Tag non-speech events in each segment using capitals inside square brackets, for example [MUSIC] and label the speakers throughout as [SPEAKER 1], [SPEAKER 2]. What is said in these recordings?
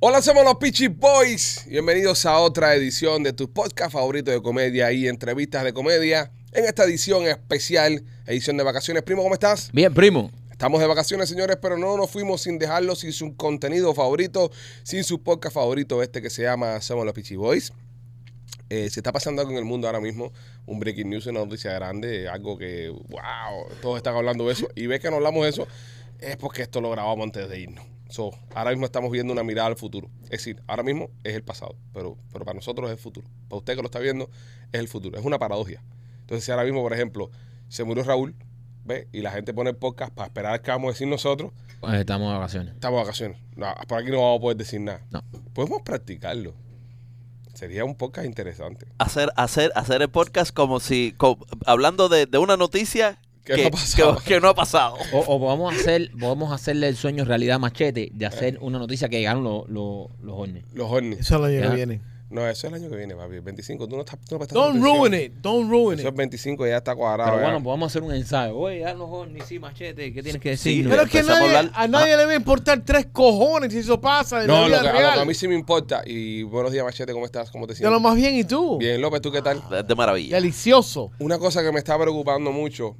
[SPEAKER 1] Hola, somos los Peachy Boys. Bienvenidos a otra edición de tu podcast favorito de comedia y entrevistas de comedia. En esta edición especial, edición de vacaciones. Primo, ¿cómo estás?
[SPEAKER 2] Bien, primo.
[SPEAKER 1] Estamos de vacaciones, señores, pero no nos fuimos sin dejarlo sin su contenido favorito, sin su podcast favorito, este que se llama Somos los Peachy Boys. Eh, se está pasando algo en el mundo ahora mismo, un breaking news, una noticia grande, algo que, wow, todos están hablando de eso. Y ves que no hablamos de eso, es porque esto lo grabamos antes de irnos. So, ahora mismo estamos viendo una mirada al futuro. Es decir, ahora mismo es el pasado, pero, pero para nosotros es el futuro. Para usted que lo está viendo, es el futuro. Es una paradoja. Entonces, si ahora mismo, por ejemplo, se murió Raúl, ¿ves? Y la gente pone el podcast para esperar que vamos a decir nosotros,
[SPEAKER 2] Pues estamos de vacaciones.
[SPEAKER 1] estamos de vacaciones. No, por aquí no vamos a poder decir nada.
[SPEAKER 2] No.
[SPEAKER 1] Podemos practicarlo. Sería un podcast interesante.
[SPEAKER 3] hacer, hacer, hacer el podcast como si, co- hablando de, de una noticia
[SPEAKER 1] Que
[SPEAKER 3] que,
[SPEAKER 1] no ha pasado.
[SPEAKER 3] que- [LAUGHS] que no ha pasado.
[SPEAKER 2] O, o vamos a hacer, vamos a hacerle el sueño realidad a machete de hacer una noticia que llegaron los los los
[SPEAKER 4] Ah,
[SPEAKER 2] ovnis.
[SPEAKER 1] Los ovnis.
[SPEAKER 4] Eso es el año
[SPEAKER 2] Ya.
[SPEAKER 4] que viene.
[SPEAKER 1] No, eso es el año que viene, papi. El 25. Tú no estás. Tú no prestas
[SPEAKER 4] Don't
[SPEAKER 1] atención.
[SPEAKER 4] ruin it. Don't ruin
[SPEAKER 1] Eso
[SPEAKER 4] it.
[SPEAKER 1] es 25 ya está cuadrado.
[SPEAKER 2] Pero
[SPEAKER 1] ya.
[SPEAKER 2] bueno, pues vamos a hacer un ensayo. Oye, ya los ovnis, sí, machete, ¿qué tienes que
[SPEAKER 3] Sí,
[SPEAKER 2] decir?
[SPEAKER 4] Pero es que
[SPEAKER 3] empezamos a
[SPEAKER 4] nadie-
[SPEAKER 3] hablar-
[SPEAKER 4] a nadie le va a importar tres cojones si eso pasa en
[SPEAKER 1] Ah. No, lo
[SPEAKER 4] la vida
[SPEAKER 1] que, a lo que a
[SPEAKER 4] real.
[SPEAKER 1] mí sí me importa. Y buenos días, Machete, ¿cómo estás? ¿Cómo te
[SPEAKER 4] De lo
[SPEAKER 1] sientes?
[SPEAKER 4] más bien, ¿y tú?
[SPEAKER 1] Bien, López, ¿tú qué tal?
[SPEAKER 2] Ah,
[SPEAKER 3] Es de maravilla.
[SPEAKER 4] Delicioso.
[SPEAKER 1] Una cosa que me está preocupando mucho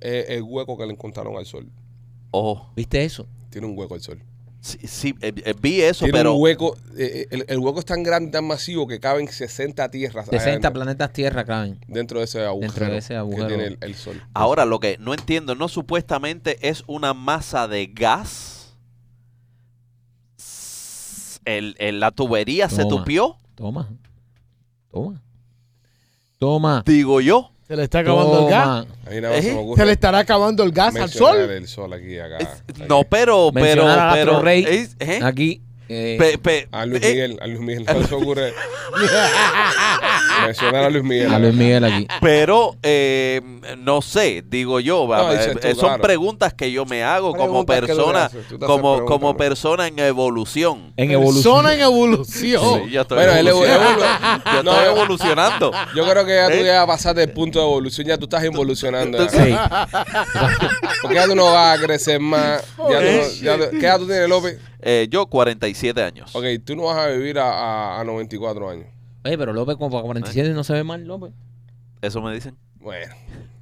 [SPEAKER 1] es el hueco que le encontraron al sol.
[SPEAKER 3] Ojo.
[SPEAKER 2] ¿Viste eso?
[SPEAKER 1] Tiene un hueco el sol.
[SPEAKER 3] Sí, sí, eh, eh, vi eso,
[SPEAKER 1] Tiene
[SPEAKER 3] pero
[SPEAKER 1] un hueco. eh, eh, el, el hueco es tan grande, tan masivo que caben 60 tierras. allá
[SPEAKER 2] 60
[SPEAKER 1] adentro,
[SPEAKER 2] planetas Tierra caben.
[SPEAKER 1] dentro de ese agujero.
[SPEAKER 2] Dentro de ese agujero.
[SPEAKER 1] Que tiene el, el sol.
[SPEAKER 3] ahora lo que no entiendo, no supuestamente es una masa de gas. S- El, el- la tubería se
[SPEAKER 2] Toma.
[SPEAKER 3] tupió,
[SPEAKER 2] Toma. Toma. Toma.
[SPEAKER 3] digo yo.
[SPEAKER 4] Se le está acabando el gas.
[SPEAKER 2] Toma.
[SPEAKER 1] A mí nada más se me
[SPEAKER 3] Ejé.
[SPEAKER 1] ocurre
[SPEAKER 4] Se le estará acabando el gas al
[SPEAKER 1] mencionar
[SPEAKER 4] sol.
[SPEAKER 1] el sol aquí, acá.
[SPEAKER 3] Es-
[SPEAKER 1] aquí.
[SPEAKER 3] no, pero, pero,
[SPEAKER 2] Mencionar al
[SPEAKER 3] pero.
[SPEAKER 2] Astro Rey.
[SPEAKER 3] es- ¿eh?
[SPEAKER 2] Aquí. eh,
[SPEAKER 3] Pe- pe-
[SPEAKER 1] A Luis
[SPEAKER 3] eh,
[SPEAKER 1] Miguel, a Luis Miguel, no se
[SPEAKER 3] [LAUGHS]
[SPEAKER 1] ocurre. Mencionar a Luis Miguel.
[SPEAKER 2] a Luis Miguel aquí.
[SPEAKER 3] Pero eh, no sé, digo yo, va-
[SPEAKER 1] No, dices
[SPEAKER 3] eh,
[SPEAKER 1] tú,
[SPEAKER 3] eh, son
[SPEAKER 1] claro.
[SPEAKER 3] preguntas que yo me hago como
[SPEAKER 1] Preguntas que tú te
[SPEAKER 3] persona,
[SPEAKER 1] haces, tú te haces
[SPEAKER 3] como,
[SPEAKER 1] preguntas,
[SPEAKER 3] como
[SPEAKER 1] ¿no?
[SPEAKER 3] persona en evolución.
[SPEAKER 2] En evolución.
[SPEAKER 4] Persona en evolución.
[SPEAKER 3] Sí, yo estoy
[SPEAKER 1] Bueno, él evo-
[SPEAKER 3] evolucionando.
[SPEAKER 1] evolu-
[SPEAKER 3] [LAUGHS] Yo
[SPEAKER 1] no, eh.
[SPEAKER 3] estoy
[SPEAKER 1] yo-
[SPEAKER 3] evolucionando.
[SPEAKER 1] Yo creo que ya tú
[SPEAKER 3] ¿Eh?
[SPEAKER 1] ya pasaste el punto de evolución, ya tú estás involucionando. ya.
[SPEAKER 2] Sí.
[SPEAKER 1] [LAUGHS] Porque ya tú no vas a crecer más. Ya tú no- ya tú- ¿Qué edad tú tienes, López?
[SPEAKER 3] Eh, yo 47 años.
[SPEAKER 1] Ok, tú no vas a vivir a, a- a 94 años.
[SPEAKER 2] Oye, pero López como para 47 no se ve mal, López.
[SPEAKER 3] Eso me dicen.
[SPEAKER 1] Bueno.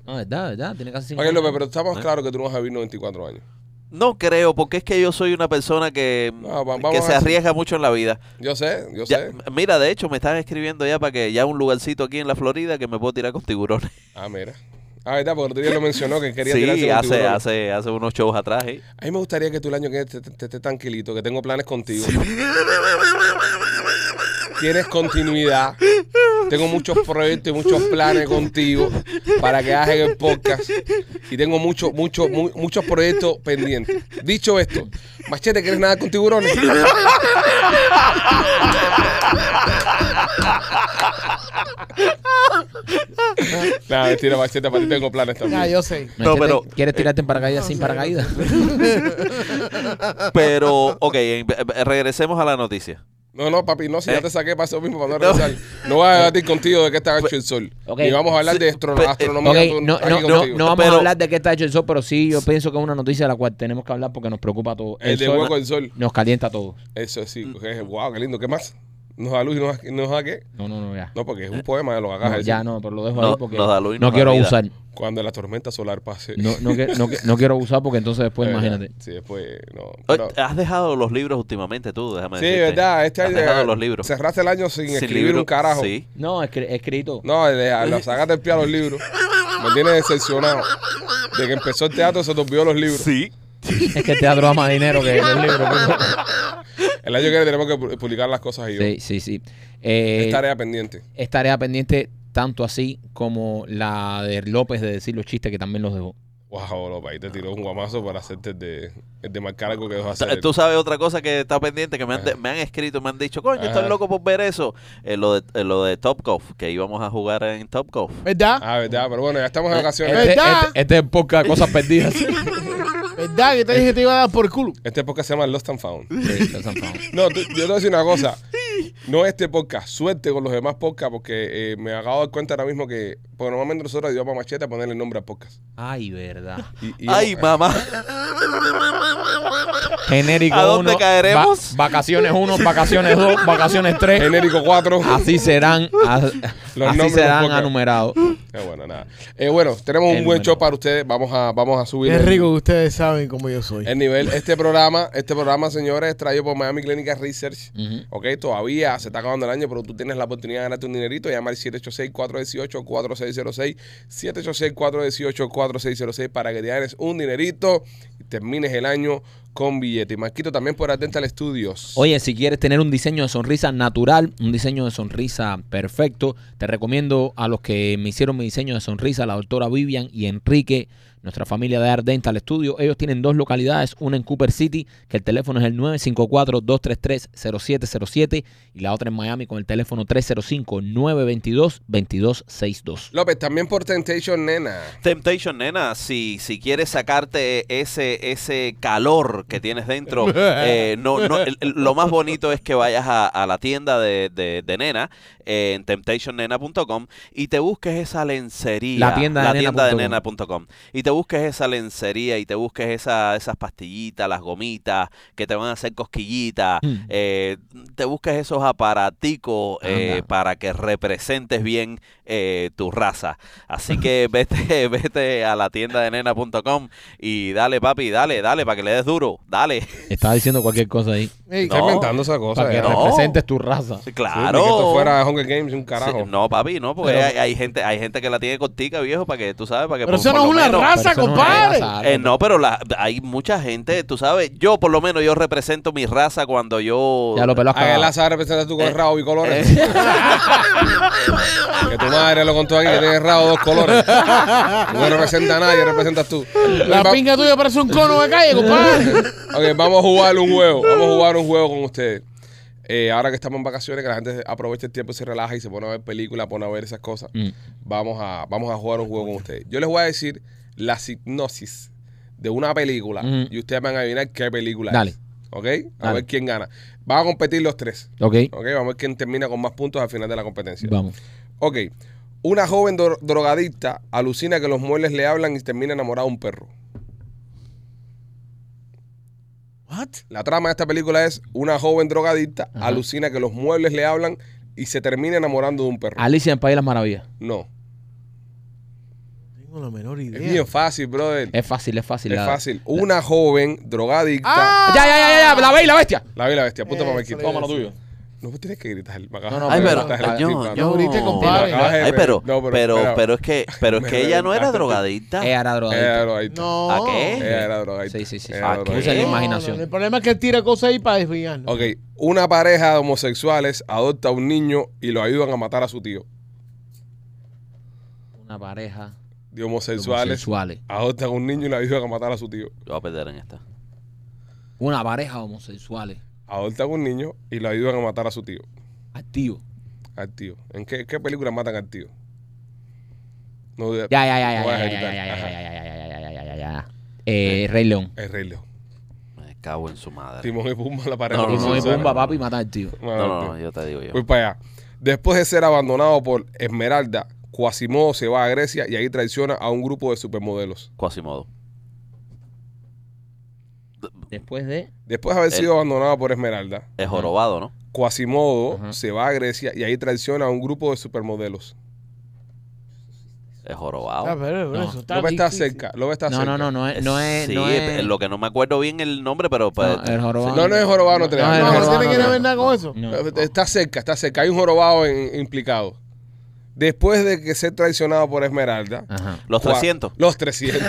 [SPEAKER 2] No, verdad, verdad. Tiene casi
[SPEAKER 1] Ok,
[SPEAKER 2] 50.
[SPEAKER 1] López, pero estamos claros que tú no vas a vivir 94 años.
[SPEAKER 3] No creo, porque es que yo soy una persona que,
[SPEAKER 1] No, va-
[SPEAKER 3] que
[SPEAKER 1] vamos
[SPEAKER 3] se
[SPEAKER 1] a-
[SPEAKER 3] arriesga mucho en la vida.
[SPEAKER 1] Yo sé, yo
[SPEAKER 3] Ya,
[SPEAKER 1] sé.
[SPEAKER 3] m- mira, de hecho, me están escribiendo ya para que ya un lugarcito aquí en la Florida que me puedo tirar con tiburones.
[SPEAKER 1] Ah, mira. Ah, verdad, porque otro día lo mencionó que quería tirarse
[SPEAKER 3] [LAUGHS] Sí,
[SPEAKER 1] con
[SPEAKER 3] hace,
[SPEAKER 1] tiburones.
[SPEAKER 3] hace, hace unos shows atrás. ¿eh?
[SPEAKER 1] A mí me gustaría que tú el año que viene te- te- te estés tranquilito, que tengo planes contigo. Tienes continuidad. Tengo muchos proyectos y muchos planes contigo para que hagas en el podcast. Y tengo muchos, muchos, mu- muchos proyectos pendientes. Dicho esto, Machete, ¿quieres nadar con tiburones? Nada, mentira, Machete, para ti tengo planes también.
[SPEAKER 4] Ya, yo sé.
[SPEAKER 3] No,
[SPEAKER 2] Machete,
[SPEAKER 3] pero- eh,
[SPEAKER 2] ¿Quieres tirarte en paracaídas sin paracaídas?
[SPEAKER 3] Pero, ok, en- eh, regresemos a la noticia.
[SPEAKER 1] No, no, papi, no, si ya te saqué para eso mismo, para no regresar. No, voy a debatir contigo de qué está hecho el sol.
[SPEAKER 2] Ok.
[SPEAKER 1] Y vamos a hablar de
[SPEAKER 3] Sí,
[SPEAKER 1] astro-
[SPEAKER 3] pe- eh,
[SPEAKER 1] astronomía.
[SPEAKER 2] Ok,
[SPEAKER 1] tú-
[SPEAKER 2] no,
[SPEAKER 1] aquí
[SPEAKER 2] no, no,
[SPEAKER 1] contigo.
[SPEAKER 2] no vamos
[SPEAKER 3] Pero-
[SPEAKER 2] a hablar de qué está hecho el sol, pero sí yo pienso que es una noticia de la cual tenemos que hablar porque nos preocupa a todos.
[SPEAKER 1] El de
[SPEAKER 2] sol
[SPEAKER 1] hueco del sol.
[SPEAKER 2] nos calienta a todos.
[SPEAKER 1] Eso sí, que es- wow, qué lindo. ¿Qué más? ¿Nos da luz y nos da, nos da qué?
[SPEAKER 2] No, no, no, ya.
[SPEAKER 1] No, porque es un poema de lo que
[SPEAKER 2] No,
[SPEAKER 1] acabas de decir.
[SPEAKER 2] ya no, pero lo dejo
[SPEAKER 3] No,
[SPEAKER 2] ahí porque
[SPEAKER 3] nos da luz y
[SPEAKER 2] no
[SPEAKER 3] nos da
[SPEAKER 2] quiero
[SPEAKER 3] vida.
[SPEAKER 2] abusar.
[SPEAKER 1] Cuando la tormenta solar pase. [LAUGHS]
[SPEAKER 2] No, no, que- no que- no quiero abusar porque entonces después,
[SPEAKER 1] De verdad.
[SPEAKER 2] imagínate.
[SPEAKER 1] Sí, después, no.
[SPEAKER 3] Oye,
[SPEAKER 1] pero-
[SPEAKER 3] ah, Has dejado los libros últimamente tú, déjame
[SPEAKER 1] sí,
[SPEAKER 3] decirte.
[SPEAKER 1] verdad. Este
[SPEAKER 3] Has
[SPEAKER 1] año
[SPEAKER 3] dejado los libros.
[SPEAKER 1] cerraste el año sin,
[SPEAKER 3] Sin
[SPEAKER 1] escribir
[SPEAKER 3] libro,
[SPEAKER 1] un carajo.
[SPEAKER 3] Sí.
[SPEAKER 2] No, escri- [LAUGHS] escrito.
[SPEAKER 1] No, le, la sacaste el pie a los libros. Me tienes decepcionado. De que empezó el teatro se te olvidó los libros.
[SPEAKER 3] Sí.
[SPEAKER 2] Es que el teatro da más dinero que el libro. [LAUGHS] pues. pero-
[SPEAKER 1] El año que viene tenemos que pu- publicar las cosas y yo.
[SPEAKER 2] Sí, sí, sí. Eh,
[SPEAKER 1] Es tarea pendiente.
[SPEAKER 2] es tarea pendiente tanto así como la de López de decir los chistes que también los dejó.
[SPEAKER 1] Wow, López, ahí te tiró un guamazo para hacerte el de, el de marcar algo que vas a
[SPEAKER 3] Tú-
[SPEAKER 1] hacer.
[SPEAKER 3] Tú sabes otra cosa que está pendiente, que me han,
[SPEAKER 1] Ajá.
[SPEAKER 3] me han escrito, me han dicho, coño, estoy
[SPEAKER 1] Ajá.
[SPEAKER 3] loco por ver eso. Eh, lo, de, eh, lo de Top Golf, que íbamos a jugar en Top Golf.
[SPEAKER 4] ¿Verdad?
[SPEAKER 1] Ah, verdad, pero bueno, ya estamos en vacaciones.
[SPEAKER 4] eh.
[SPEAKER 2] Este,
[SPEAKER 4] ¿Verdad?
[SPEAKER 2] este- este es poca cosas perdidas. [LAUGHS]
[SPEAKER 4] ¿Verdad? Que te dije que te iba a dar por culo.
[SPEAKER 1] Este podcast se llama Lost and Found.
[SPEAKER 2] Sí, los han pagado.
[SPEAKER 1] No, tú- yo te voy a decir una cosa. No este podcast, suerte con los demás podcasts, porque eh, me acabo de dar cuenta ahora mismo que. Porque normalmente nosotros ayudamos a Machete a ponerle nombre al podcast. [LAUGHS]
[SPEAKER 2] Ay, verdad.
[SPEAKER 1] Y- y
[SPEAKER 3] Ay,
[SPEAKER 1] hemos-
[SPEAKER 3] mamá.
[SPEAKER 5] genérico
[SPEAKER 3] ¿A dónde
[SPEAKER 5] 1,
[SPEAKER 3] caeremos?
[SPEAKER 5] vacaciones 1, vacaciones 2, vacaciones
[SPEAKER 3] [LAUGHS]
[SPEAKER 5] 3.
[SPEAKER 1] [LAUGHS] Genérico 4.
[SPEAKER 5] Así serán, as-
[SPEAKER 1] Los
[SPEAKER 5] así
[SPEAKER 1] nombres
[SPEAKER 5] serán
[SPEAKER 1] del podcast.
[SPEAKER 5] enumerados.
[SPEAKER 1] Eh, bueno, nada. Eh, bueno, tenemos un
[SPEAKER 5] El
[SPEAKER 1] buen
[SPEAKER 5] número.
[SPEAKER 1] show para ustedes. Vamos a, vamos a subir.
[SPEAKER 4] Es
[SPEAKER 1] el-
[SPEAKER 4] rico que ustedes saben cómo yo soy.
[SPEAKER 1] El nivel, este programa, este programa, señores, es traído por Miami Clinic Research.
[SPEAKER 5] Ujú.
[SPEAKER 1] Ok, todavía se está acabando el año, pero tú tienes la oportunidad de ganarte un dinerito. Llama al 786-418-4606. 786-418-4606 para que te ganes un dinerito y termines el año con billete. Y Marquito también por Adental Studios.
[SPEAKER 2] Oye, si quieres tener un diseño de sonrisa natural, un diseño de sonrisa perfecto, te recomiendo a los que me hicieron mi diseño de sonrisa, la doctora Vivian y Enrique, nuestra familia de Ardental Studio. Ellos tienen dos localidades, una en Cooper City, que el teléfono es el 954-233-0707, y la otra en Miami con el teléfono 305-922-2262.
[SPEAKER 1] López, también por Temptation Nena.
[SPEAKER 3] Temptation, nena, si, si quieres sacarte ese, ese calor que tienes dentro, eh, no, no, el- el- lo más bonito es que vayas a, a la tienda de, de- de nena eh, en temptationnena.com y te busques esa lencería.
[SPEAKER 2] La tienda de nena punto com.
[SPEAKER 3] nena.com. Y te busques esa lencería y te busques esa, esas pastillitas, las gomitas que te van a hacer cosquillitas.
[SPEAKER 2] Mm.
[SPEAKER 3] eh, te busques esos aparaticos eh,
[SPEAKER 2] Anda.
[SPEAKER 3] para que representes bien eh, tu raza. Así que [LAUGHS] vete, vete a la tienda de nena.com y dale, papi, dale, dale, para que le des duro, dale.
[SPEAKER 2] Estaba diciendo cualquier cosa ahí.
[SPEAKER 4] Ey,
[SPEAKER 1] Está
[SPEAKER 3] No.
[SPEAKER 1] inventando esa cosa.
[SPEAKER 5] Para que
[SPEAKER 1] ya.
[SPEAKER 3] no,
[SPEAKER 1] Sí,
[SPEAKER 5] representes tu raza.
[SPEAKER 3] [LAUGHS] Claro.
[SPEAKER 1] ni que esto fuera Hunger Games, un carajo.
[SPEAKER 3] Sí, no, papi, no, porque
[SPEAKER 5] Pero-
[SPEAKER 3] hay, hay gente, hay gente que la tiene cortica, viejo, para que tú sabes, para que
[SPEAKER 4] Pero
[SPEAKER 3] por-
[SPEAKER 4] eso
[SPEAKER 3] por
[SPEAKER 4] no
[SPEAKER 3] lo
[SPEAKER 4] es una
[SPEAKER 3] menos-
[SPEAKER 4] raza,
[SPEAKER 5] Pero eso no es
[SPEAKER 4] compadre.
[SPEAKER 5] raza.
[SPEAKER 3] Eh, no, pero la- hay mucha gente, tú sabes, yo por lo menos yo represento mi raza cuando yo
[SPEAKER 2] Ya lo peló
[SPEAKER 1] Ah, que la
[SPEAKER 2] acá.
[SPEAKER 1] sabe representar tú con
[SPEAKER 3] Eh,
[SPEAKER 1] rabo y colores. [LAUGHS] que tu madre lo contó aquí que tiene rabo dos colores. Tú no representa a nadie, representas tú.
[SPEAKER 4] La
[SPEAKER 1] Va-
[SPEAKER 4] pinga tuya parece un cono de
[SPEAKER 1] [LAUGHS]
[SPEAKER 4] calle, compadre.
[SPEAKER 1] Ok, vamos a jugar un juego. Vamos a jugar un juego con ustedes. Eh, ahora que estamos en vacaciones, que la gente aprovecha el tiempo y se relaja y se pone a ver películas, pone a ver esas cosas.
[SPEAKER 2] Mm.
[SPEAKER 1] Vamos, a, vamos a jugar un juego con ustedes. Yo les voy a decir la hipnosis de una película
[SPEAKER 2] Ujú.
[SPEAKER 1] y ustedes van a adivinar qué película
[SPEAKER 2] Dale.
[SPEAKER 1] es. ¿Ok? A
[SPEAKER 2] Dale.
[SPEAKER 1] ver quién gana. Van a competir los tres.
[SPEAKER 2] Ok,
[SPEAKER 1] Ok, vamos a ver quién termina con más puntos al final de la competencia.
[SPEAKER 2] vamos.
[SPEAKER 1] Ok. Una joven dro- drogadicta alucina que los muebles le hablan y termina enamorada de un perro.
[SPEAKER 4] What?
[SPEAKER 1] La trama de esta película es una joven drogadicta
[SPEAKER 2] Ajá.
[SPEAKER 1] alucina que los muebles le hablan y se termina enamorando de un perro.
[SPEAKER 2] Alicia en País de las Maravillas.
[SPEAKER 1] No.
[SPEAKER 4] Tengo la menor idea.
[SPEAKER 1] Es bien fácil, brother.
[SPEAKER 2] Es fácil, es fácil.
[SPEAKER 1] Es
[SPEAKER 2] la-
[SPEAKER 1] fácil. Una joven drogadicta.
[SPEAKER 4] ¡Ah!
[SPEAKER 2] Ya, ya, ya, ya, ya, la ve y la bestia.
[SPEAKER 1] La vi la bestia. Apunta
[SPEAKER 4] Eh,
[SPEAKER 1] para
[SPEAKER 4] eso
[SPEAKER 1] Marquito.
[SPEAKER 4] le iba a Toma lo decir.
[SPEAKER 1] No pues tienes que gritar. me acabas-
[SPEAKER 2] No, no,
[SPEAKER 1] me
[SPEAKER 3] Ay, pero,
[SPEAKER 1] acabas de
[SPEAKER 3] yo-
[SPEAKER 1] gritar,
[SPEAKER 3] yo-
[SPEAKER 4] Ahorita, compadre.
[SPEAKER 1] Acabas de-
[SPEAKER 3] Ay, pero,
[SPEAKER 1] no, pero-
[SPEAKER 3] pero, pero,
[SPEAKER 1] pero
[SPEAKER 3] es que, pero es
[SPEAKER 1] me
[SPEAKER 3] que ella no era
[SPEAKER 1] reventaste.
[SPEAKER 3] drogadicta.
[SPEAKER 2] Ella era drogadicta.
[SPEAKER 1] Era drogadicta.
[SPEAKER 4] No.
[SPEAKER 3] ¿A qué?
[SPEAKER 1] Ella era drogadicta.
[SPEAKER 2] Sí, sí, sí.
[SPEAKER 1] Ella
[SPEAKER 2] Ah,
[SPEAKER 1] era
[SPEAKER 3] ¿qué?
[SPEAKER 1] drogadicta.
[SPEAKER 2] Usa la
[SPEAKER 3] No,
[SPEAKER 2] imaginación.
[SPEAKER 4] no, el problema es que él tira cosas ahí para desviar.
[SPEAKER 1] Ok, una pareja de homosexuales adopta a un niño y lo ayudan a matar a su tío.
[SPEAKER 2] Una pareja.
[SPEAKER 1] De homosexuales,
[SPEAKER 2] Homosexuales.
[SPEAKER 1] adoptan a un niño y lo ayudan a matar a su tío.
[SPEAKER 3] Yo voy a perder en esta.
[SPEAKER 2] Una pareja homosexuales.
[SPEAKER 1] Adoptan a un niño y lo ayudan a matar a su tío.
[SPEAKER 2] Activo.
[SPEAKER 1] Al tío. ¿En qué, qué película matan al tío? No, de-
[SPEAKER 2] Ya, ya, ya, ya,
[SPEAKER 1] no vayas a
[SPEAKER 2] ya, ya, ya,
[SPEAKER 1] gritar.
[SPEAKER 2] ya,
[SPEAKER 1] Ajá.
[SPEAKER 2] ya, ya, ya, ya, ya, ya, ya, ya, ya. Eh, Rey León.
[SPEAKER 1] El Rey León.
[SPEAKER 3] Me cago en su madre.
[SPEAKER 1] Timón y Pumba, la pareja
[SPEAKER 3] No, no,
[SPEAKER 2] Timón y
[SPEAKER 1] homosexual.
[SPEAKER 2] Pumba, papi, matar al tío.
[SPEAKER 1] Bueno,
[SPEAKER 3] No,
[SPEAKER 1] al
[SPEAKER 3] no,
[SPEAKER 1] tío.
[SPEAKER 3] no, yo te digo yo.
[SPEAKER 1] Voy para allá. Después de ser abandonado por Esmeralda, Quasimodo se va a Grecia y ahí traiciona a un grupo de supermodelos.
[SPEAKER 3] Quasimodo.
[SPEAKER 2] Después de...
[SPEAKER 1] Después de haber
[SPEAKER 3] El-
[SPEAKER 1] sido abandonado por Esmeralda,
[SPEAKER 3] Es jorobado, ¿no?
[SPEAKER 1] Quasimodo
[SPEAKER 2] Ajá.
[SPEAKER 1] se va a Grecia y ahí traiciona a un grupo de supermodelos.
[SPEAKER 3] Es
[SPEAKER 4] Ah,
[SPEAKER 3] jorobado.
[SPEAKER 4] pero, pero
[SPEAKER 2] No.
[SPEAKER 4] eso está
[SPEAKER 1] López está
[SPEAKER 4] difícil.
[SPEAKER 1] cerca. López está
[SPEAKER 2] No,
[SPEAKER 1] cerca.
[SPEAKER 2] no, no, no es... No es,
[SPEAKER 3] sí,
[SPEAKER 2] no es,
[SPEAKER 3] lo que no me acuerdo bien el nombre, pero pues,
[SPEAKER 2] no, eh, el jorobado.
[SPEAKER 1] No, no es jorobado, no te
[SPEAKER 2] No,
[SPEAKER 1] la-
[SPEAKER 2] es
[SPEAKER 4] No, no
[SPEAKER 2] jorobado,
[SPEAKER 4] tiene
[SPEAKER 2] no,
[SPEAKER 4] que
[SPEAKER 2] no.
[SPEAKER 4] ver nada con eso.
[SPEAKER 2] No.
[SPEAKER 1] Está cerca, está cerca. Hay un jorobado en- implicado. Después de que ser traicionado por Esmeralda,
[SPEAKER 2] Ajá.
[SPEAKER 3] los
[SPEAKER 1] Cua-
[SPEAKER 3] 300.
[SPEAKER 1] Los
[SPEAKER 2] [LAUGHS]
[SPEAKER 1] 300.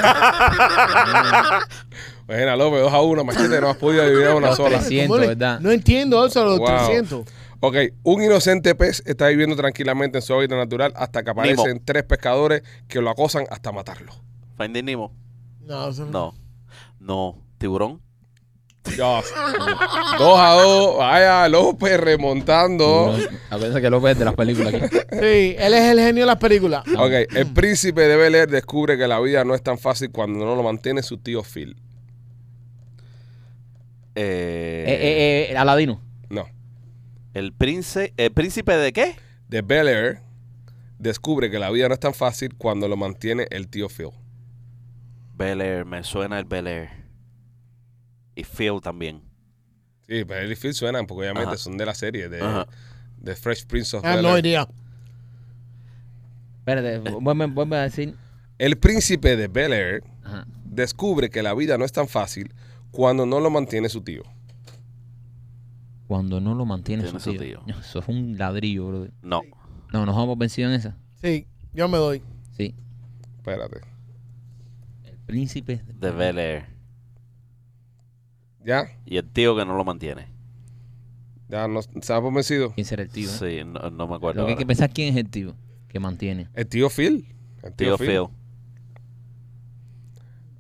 [SPEAKER 1] Buena, López, 2 a 1. Machete, no has podido adivinar una sola.
[SPEAKER 2] 300. Siento,
[SPEAKER 4] ¿Cómo le-
[SPEAKER 2] ¿verdad?
[SPEAKER 4] No entiendo eso, los
[SPEAKER 1] Wow.
[SPEAKER 4] 300.
[SPEAKER 1] Ok, un inocente pez está viviendo tranquilamente en su hábitat natural hasta que aparecen
[SPEAKER 3] Nemo.
[SPEAKER 1] tres pescadores que lo acosan hasta matarlo.
[SPEAKER 3] Finding Nemo.
[SPEAKER 4] No, eso
[SPEAKER 3] No. No. ¿Tiburón?
[SPEAKER 1] Dios. dos a dos. Vaya, López remontando.
[SPEAKER 2] A pensar que López es de las películas aquí. Eh,
[SPEAKER 4] Sí, él es el genio de las películas.
[SPEAKER 1] Ok, el príncipe de Bel Air descubre que la vida no es tan fácil cuando no lo mantiene su tío Phil.
[SPEAKER 3] Eh,
[SPEAKER 2] Eh, eh, eh, Aladino.
[SPEAKER 1] No.
[SPEAKER 3] ¿El príncipe, el príncipe de qué?
[SPEAKER 1] De Bel Air descubre que la vida no es tan fácil cuando lo mantiene el tío Phil.
[SPEAKER 3] Bel Air. Me suena el Bel Air. y Phil también.
[SPEAKER 1] Sí, pero Ellie Field suenan porque obviamente
[SPEAKER 3] Ajá.
[SPEAKER 1] son de la serie de,
[SPEAKER 3] Ajá.
[SPEAKER 1] de Fresh Prince of
[SPEAKER 4] I have
[SPEAKER 1] Bel
[SPEAKER 4] Ah, no
[SPEAKER 1] Air.
[SPEAKER 4] idea.
[SPEAKER 2] Espérate, vuelve, vuelve a decir.
[SPEAKER 1] El príncipe de Bel Air
[SPEAKER 2] Ajá.
[SPEAKER 1] descubre que la vida no es tan fácil cuando no lo mantiene su tío.
[SPEAKER 2] Cuando no lo mantiene su
[SPEAKER 3] Tiene su
[SPEAKER 2] tío.
[SPEAKER 3] tío.
[SPEAKER 2] No, [LAUGHS] Eso es un ladrillo, brother.
[SPEAKER 3] No.
[SPEAKER 2] No, nos vamos vencidos en esa.
[SPEAKER 4] Sí, yo me doy.
[SPEAKER 2] Sí.
[SPEAKER 1] Espérate.
[SPEAKER 2] El príncipe.
[SPEAKER 3] De Bel Air.
[SPEAKER 1] ¿Ya?
[SPEAKER 3] Y el tío que no lo mantiene.
[SPEAKER 1] ¿Ya no, se ha convencido?
[SPEAKER 2] ¿Quién será el tío? eh?
[SPEAKER 3] Sí, no, no me acuerdo.
[SPEAKER 2] Lo que hay que
[SPEAKER 3] ahora.
[SPEAKER 2] pensar quién es el tío que mantiene.
[SPEAKER 1] ¿El tío Phil? El
[SPEAKER 3] tío Phil.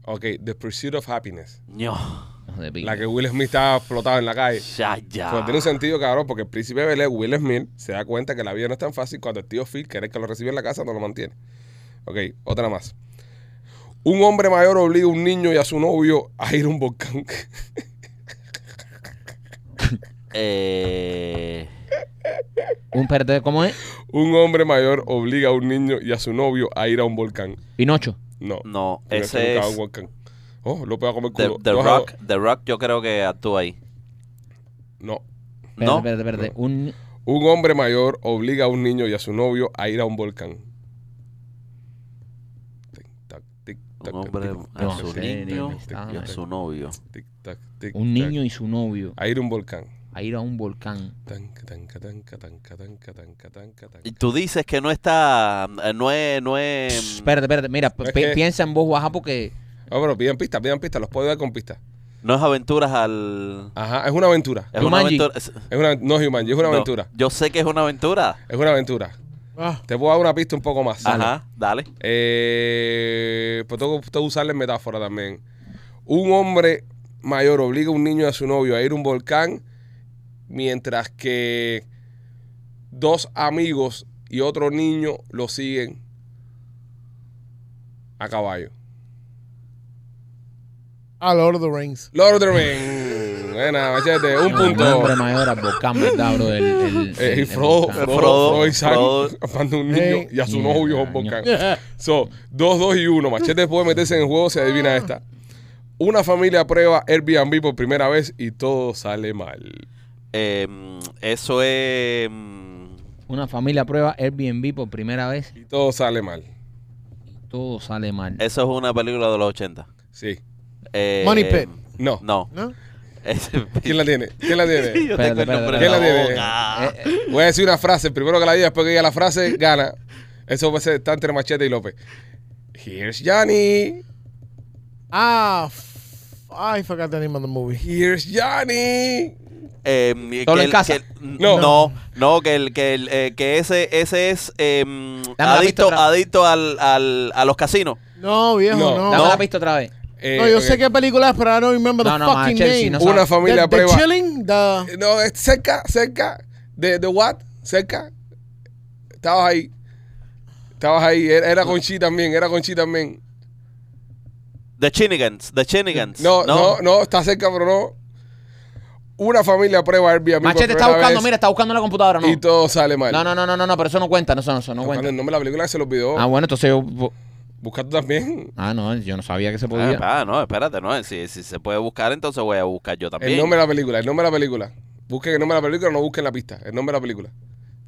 [SPEAKER 1] Ok, The Pursuit of Happiness.
[SPEAKER 3] No.
[SPEAKER 2] Hijo de pica.
[SPEAKER 1] La que Will Smith estaba explotado en la calle.
[SPEAKER 3] Ya, ya.
[SPEAKER 1] Pues tiene un sentido, cabrón, porque el príncipe de Bel Air, Will Smith, se da cuenta que la vida no es tan fácil cuando el tío Phil, que era el que lo recibió en la casa, no lo mantiene. Ok, otra más. Un hombre mayor obliga a un niño y a su novio a ir a un volcán. [LAUGHS]
[SPEAKER 3] Eh,
[SPEAKER 2] Un espérate, ¿cómo es?
[SPEAKER 1] un hombre mayor obliga a un niño y a su novio a ir a un volcán.
[SPEAKER 2] Pinocho.
[SPEAKER 1] No.
[SPEAKER 3] no,
[SPEAKER 1] porque nunca
[SPEAKER 3] Mm. ese
[SPEAKER 1] va a un
[SPEAKER 3] es.
[SPEAKER 1] volcán. Oh, López va a comer
[SPEAKER 3] The,
[SPEAKER 1] culo.
[SPEAKER 3] The
[SPEAKER 1] Dos a
[SPEAKER 3] Rock. The Rock, yo creo que actúa ahí.
[SPEAKER 1] dos. No.
[SPEAKER 2] Espérate,
[SPEAKER 3] No.
[SPEAKER 2] espérate, espérate. Un,
[SPEAKER 1] Un hombre mayor obliga a un niño y a su novio a ir a un volcán. Tic, tac, tic, tac,
[SPEAKER 3] Un hombre
[SPEAKER 1] tic,
[SPEAKER 3] a
[SPEAKER 2] No,
[SPEAKER 1] tac,
[SPEAKER 3] su
[SPEAKER 1] tic,
[SPEAKER 2] sí,
[SPEAKER 3] niño
[SPEAKER 1] tac, tic,
[SPEAKER 2] ah,
[SPEAKER 3] y a
[SPEAKER 1] tac,
[SPEAKER 3] su novio.
[SPEAKER 1] tic, tac, tic,
[SPEAKER 2] un
[SPEAKER 1] tac.
[SPEAKER 2] niño y su novio
[SPEAKER 1] a ir a un volcán.
[SPEAKER 2] a ir a un volcán.
[SPEAKER 1] Tanca, tanca, tanca, tanca, tanca, tanca, tanca, tanca.
[SPEAKER 3] Y tú dices que no está. eh, No es. No es
[SPEAKER 2] Espérate, espérate. Mira, pi-
[SPEAKER 1] es que-
[SPEAKER 2] piensa en vos, baja, porque
[SPEAKER 1] Ah, bueno, pidan pistas, pidan pistas, los puedo dar con pistas.
[SPEAKER 3] no es aventuras al.
[SPEAKER 1] Ajá, es una aventura.
[SPEAKER 3] Es una
[SPEAKER 2] Jumanji.
[SPEAKER 3] aventura. es-
[SPEAKER 1] Es una, no, Human, es una
[SPEAKER 3] no,
[SPEAKER 1] aventura.
[SPEAKER 3] yo sé que es una aventura.
[SPEAKER 1] Es una aventura.
[SPEAKER 4] Ah,
[SPEAKER 1] Te puedo dar una pista un poco más.
[SPEAKER 3] Ajá, dale.
[SPEAKER 1] Eh, pues tengo que usarla en metáfora también. Un hombre mayor obliga a un niño y a su novio a ir a un volcán, mientras que dos amigos y otro niño lo siguen a caballo.
[SPEAKER 4] a Lord of the Rings. [LAUGHS]
[SPEAKER 1] Lord of the Rings. Buena, machete. Un
[SPEAKER 2] no, un
[SPEAKER 1] punto.
[SPEAKER 2] hombre mayor al volcán, ¿verdad, bro?
[SPEAKER 1] [LAUGHS]
[SPEAKER 2] El, el-
[SPEAKER 1] Eh,
[SPEAKER 2] el-
[SPEAKER 1] y
[SPEAKER 2] el
[SPEAKER 1] Frodo,
[SPEAKER 2] volcán.
[SPEAKER 1] Frodo,
[SPEAKER 3] Frodo,
[SPEAKER 1] Frodo y Sam
[SPEAKER 3] Frodo.
[SPEAKER 1] manda un niño
[SPEAKER 4] Ey.
[SPEAKER 1] y a su
[SPEAKER 2] Mierda,
[SPEAKER 1] novio a un
[SPEAKER 2] ño.
[SPEAKER 1] volcán. So, 2, 2 y 1. Machete puede meterse en el juego si adivina
[SPEAKER 4] Ah.
[SPEAKER 1] esta. Una familia prueba Airbnb por primera vez y todo sale mal.
[SPEAKER 3] Eh, mm, eso es. mm,
[SPEAKER 2] Una familia prueba Airbnb por primera vez.
[SPEAKER 1] Y todo sale mal.
[SPEAKER 2] Todo sale mal.
[SPEAKER 3] Eso es una película de los 80.
[SPEAKER 1] Sí.
[SPEAKER 3] Eh,
[SPEAKER 4] Money Pit.
[SPEAKER 1] No.
[SPEAKER 3] No. [LAUGHS]
[SPEAKER 4] ¿No?
[SPEAKER 3] Es- [LAUGHS]
[SPEAKER 1] ¿Quién la tiene?
[SPEAKER 4] [LAUGHS]
[SPEAKER 1] ¿Quién la tiene?
[SPEAKER 3] yo tengo
[SPEAKER 2] Espérate,
[SPEAKER 3] el nombre
[SPEAKER 2] espérate,
[SPEAKER 3] en la
[SPEAKER 1] espérate.
[SPEAKER 3] boca.
[SPEAKER 2] Eh, eh,
[SPEAKER 1] Voy a decir una frase. Primero que la diga, después que diga la frase, gana. Eso va a ser- está entre Machete y López. Here's Johnny.
[SPEAKER 4] Ah, f- I forgot the name of the movie.
[SPEAKER 1] Here's Johnny.
[SPEAKER 3] Eh, que
[SPEAKER 2] Solo en
[SPEAKER 3] el-
[SPEAKER 2] casa.
[SPEAKER 3] que el-
[SPEAKER 1] No.
[SPEAKER 3] no. no, que el que el, eh, que ese ese es eh, mm,
[SPEAKER 2] la pista
[SPEAKER 3] adicto
[SPEAKER 2] otra vez.
[SPEAKER 3] adicto al, al- a los casinos.
[SPEAKER 4] No, viejo,
[SPEAKER 1] No,
[SPEAKER 4] no.
[SPEAKER 2] Dame
[SPEAKER 4] No,
[SPEAKER 2] la pista otra vez.
[SPEAKER 1] Eh,
[SPEAKER 4] yo
[SPEAKER 1] ok.
[SPEAKER 4] sé qué película es, pero I don't remember the
[SPEAKER 2] No, no,
[SPEAKER 4] fucking
[SPEAKER 2] Machel, si
[SPEAKER 4] name.
[SPEAKER 2] no
[SPEAKER 1] Una
[SPEAKER 2] sabe.
[SPEAKER 1] familia
[SPEAKER 4] the,
[SPEAKER 1] prueba.
[SPEAKER 4] the Chilling, the...
[SPEAKER 1] No, es cerca, cerca. ¿De, de what? Cerca. Estabas ahí. Estabas ahí. E-, Era, era con Chi también, era con Chi también.
[SPEAKER 3] The Chinigans, The Chinigans.
[SPEAKER 1] No, no, no, está cerca, pero no. Una familia prueba Airbnb. por
[SPEAKER 2] Machete está
[SPEAKER 1] primera
[SPEAKER 2] buscando,
[SPEAKER 1] vez
[SPEAKER 2] mira, está buscando en la computadora, ¿no?
[SPEAKER 1] Y todo sale mal.
[SPEAKER 2] No, no, no, no, no, no, pero eso no cuenta, no, eso no, eso no
[SPEAKER 1] Buscando
[SPEAKER 2] cuenta.
[SPEAKER 1] el nombre de la película que se lo olvidó.
[SPEAKER 2] Ah, bueno, entonces yo...
[SPEAKER 1] Busca tú también.
[SPEAKER 2] Ah, no, yo no sabía que se
[SPEAKER 3] Ah,
[SPEAKER 2] podía.
[SPEAKER 3] ah, no, espérate, no, si, si se puede buscar, entonces voy a buscar yo también.
[SPEAKER 1] El nombre de la película, el nombre de la película. Busquen el nombre de la película, no busquen la pista. El nombre de la película.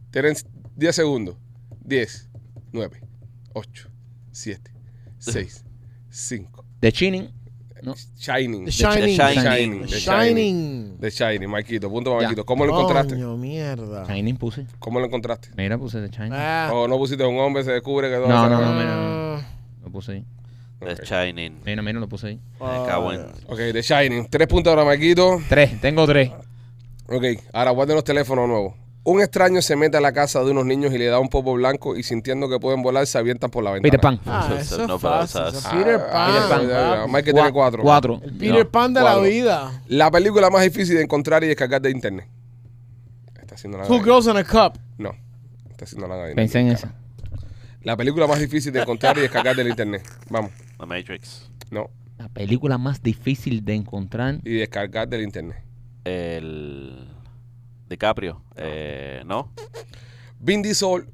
[SPEAKER 1] Tienen 10 segundos. 10, 9, 8,
[SPEAKER 2] [LAUGHS]
[SPEAKER 1] 7, 6, 5.
[SPEAKER 2] De Chinin. No.
[SPEAKER 1] Shining.
[SPEAKER 3] The
[SPEAKER 4] The Shining.
[SPEAKER 3] Shining.
[SPEAKER 1] Shining.
[SPEAKER 4] The
[SPEAKER 1] The
[SPEAKER 4] Shining.
[SPEAKER 1] The Shining, Marquito, punto para
[SPEAKER 2] Ya.
[SPEAKER 1] Marquito. ¿Cómo lo encontraste?
[SPEAKER 4] Coño, mierda.
[SPEAKER 2] Chinin puse.
[SPEAKER 1] ¿Cómo lo encontraste?
[SPEAKER 2] Mira, puse de Chinin.
[SPEAKER 4] Ah,
[SPEAKER 1] O no pusiste un hombre, se descubre que todo
[SPEAKER 2] No,
[SPEAKER 1] se-
[SPEAKER 2] no, no.
[SPEAKER 4] ah,
[SPEAKER 2] Lo puse ahí.
[SPEAKER 3] The Shining.
[SPEAKER 2] Mira, mira, lo puse ahí.
[SPEAKER 3] Me cago en-
[SPEAKER 1] Ok, The Shining. Tres puntos para Marquito.
[SPEAKER 2] Tres, tengo tres.
[SPEAKER 1] Ok, ahora guarden los teléfonos nuevos. Un extraño se mete a la casa de unos niños y le da un popo blanco y sintiendo que pueden volar se avientan por la ventana.
[SPEAKER 2] Peter Pan.
[SPEAKER 4] ah,
[SPEAKER 3] Entonces,
[SPEAKER 4] eso
[SPEAKER 3] no,
[SPEAKER 4] es
[SPEAKER 3] pero
[SPEAKER 4] fácil.
[SPEAKER 3] esas-
[SPEAKER 4] eso es
[SPEAKER 1] Ah,
[SPEAKER 4] Peter
[SPEAKER 1] Peter
[SPEAKER 4] Pan.
[SPEAKER 1] Pan. ya, ya.
[SPEAKER 4] papi.
[SPEAKER 1] Mike tiene cuatro.
[SPEAKER 2] Cuatro.
[SPEAKER 4] El Peter Pan de la
[SPEAKER 1] Cuatro.
[SPEAKER 4] vida.
[SPEAKER 1] La película más difícil de encontrar y descargar de internet. Está haciendo la
[SPEAKER 4] Two
[SPEAKER 1] gavina.
[SPEAKER 4] girls in a cup.
[SPEAKER 1] No, está haciendo la gavina.
[SPEAKER 2] Pensé en esa.
[SPEAKER 1] La película más difícil de encontrar y descargar del internet. Vamos.
[SPEAKER 3] The Matrix.
[SPEAKER 1] No.
[SPEAKER 2] La película más difícil de encontrar.
[SPEAKER 1] Y descargar del internet.
[SPEAKER 3] El DiCaprio. Eh, no.
[SPEAKER 1] Vin Diesel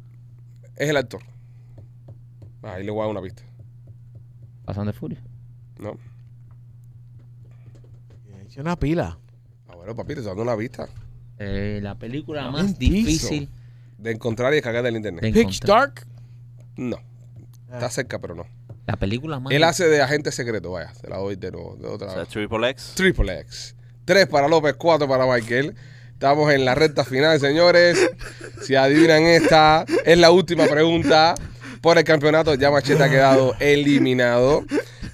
[SPEAKER 1] es el actor. Ahí le voy a dar una pista.
[SPEAKER 2] Pasando de furia.
[SPEAKER 1] No.
[SPEAKER 4] hice una pila.
[SPEAKER 1] Ah, bueno, papi, te estoy dando una vista
[SPEAKER 2] Eh, la película
[SPEAKER 4] Ah,
[SPEAKER 2] más
[SPEAKER 4] un piso.
[SPEAKER 2] difícil
[SPEAKER 1] de encontrar y descargar del
[SPEAKER 2] de
[SPEAKER 1] internet.
[SPEAKER 4] Pitch
[SPEAKER 2] encontrar.
[SPEAKER 4] Dark.
[SPEAKER 1] No. Está
[SPEAKER 4] Ah.
[SPEAKER 1] cerca, pero no.
[SPEAKER 2] La película más
[SPEAKER 1] Él hace de agente secreto, vaya. Te la doy de nuevo, de otra
[SPEAKER 3] O sea,
[SPEAKER 1] vez.
[SPEAKER 3] Triple X.
[SPEAKER 1] Triple X. Tres para López, cuatro para Michael. Estamos en la recta final, señores. Si adivinan esta, es la última pregunta. Por el campeonato, ya Machete ha quedado eliminado.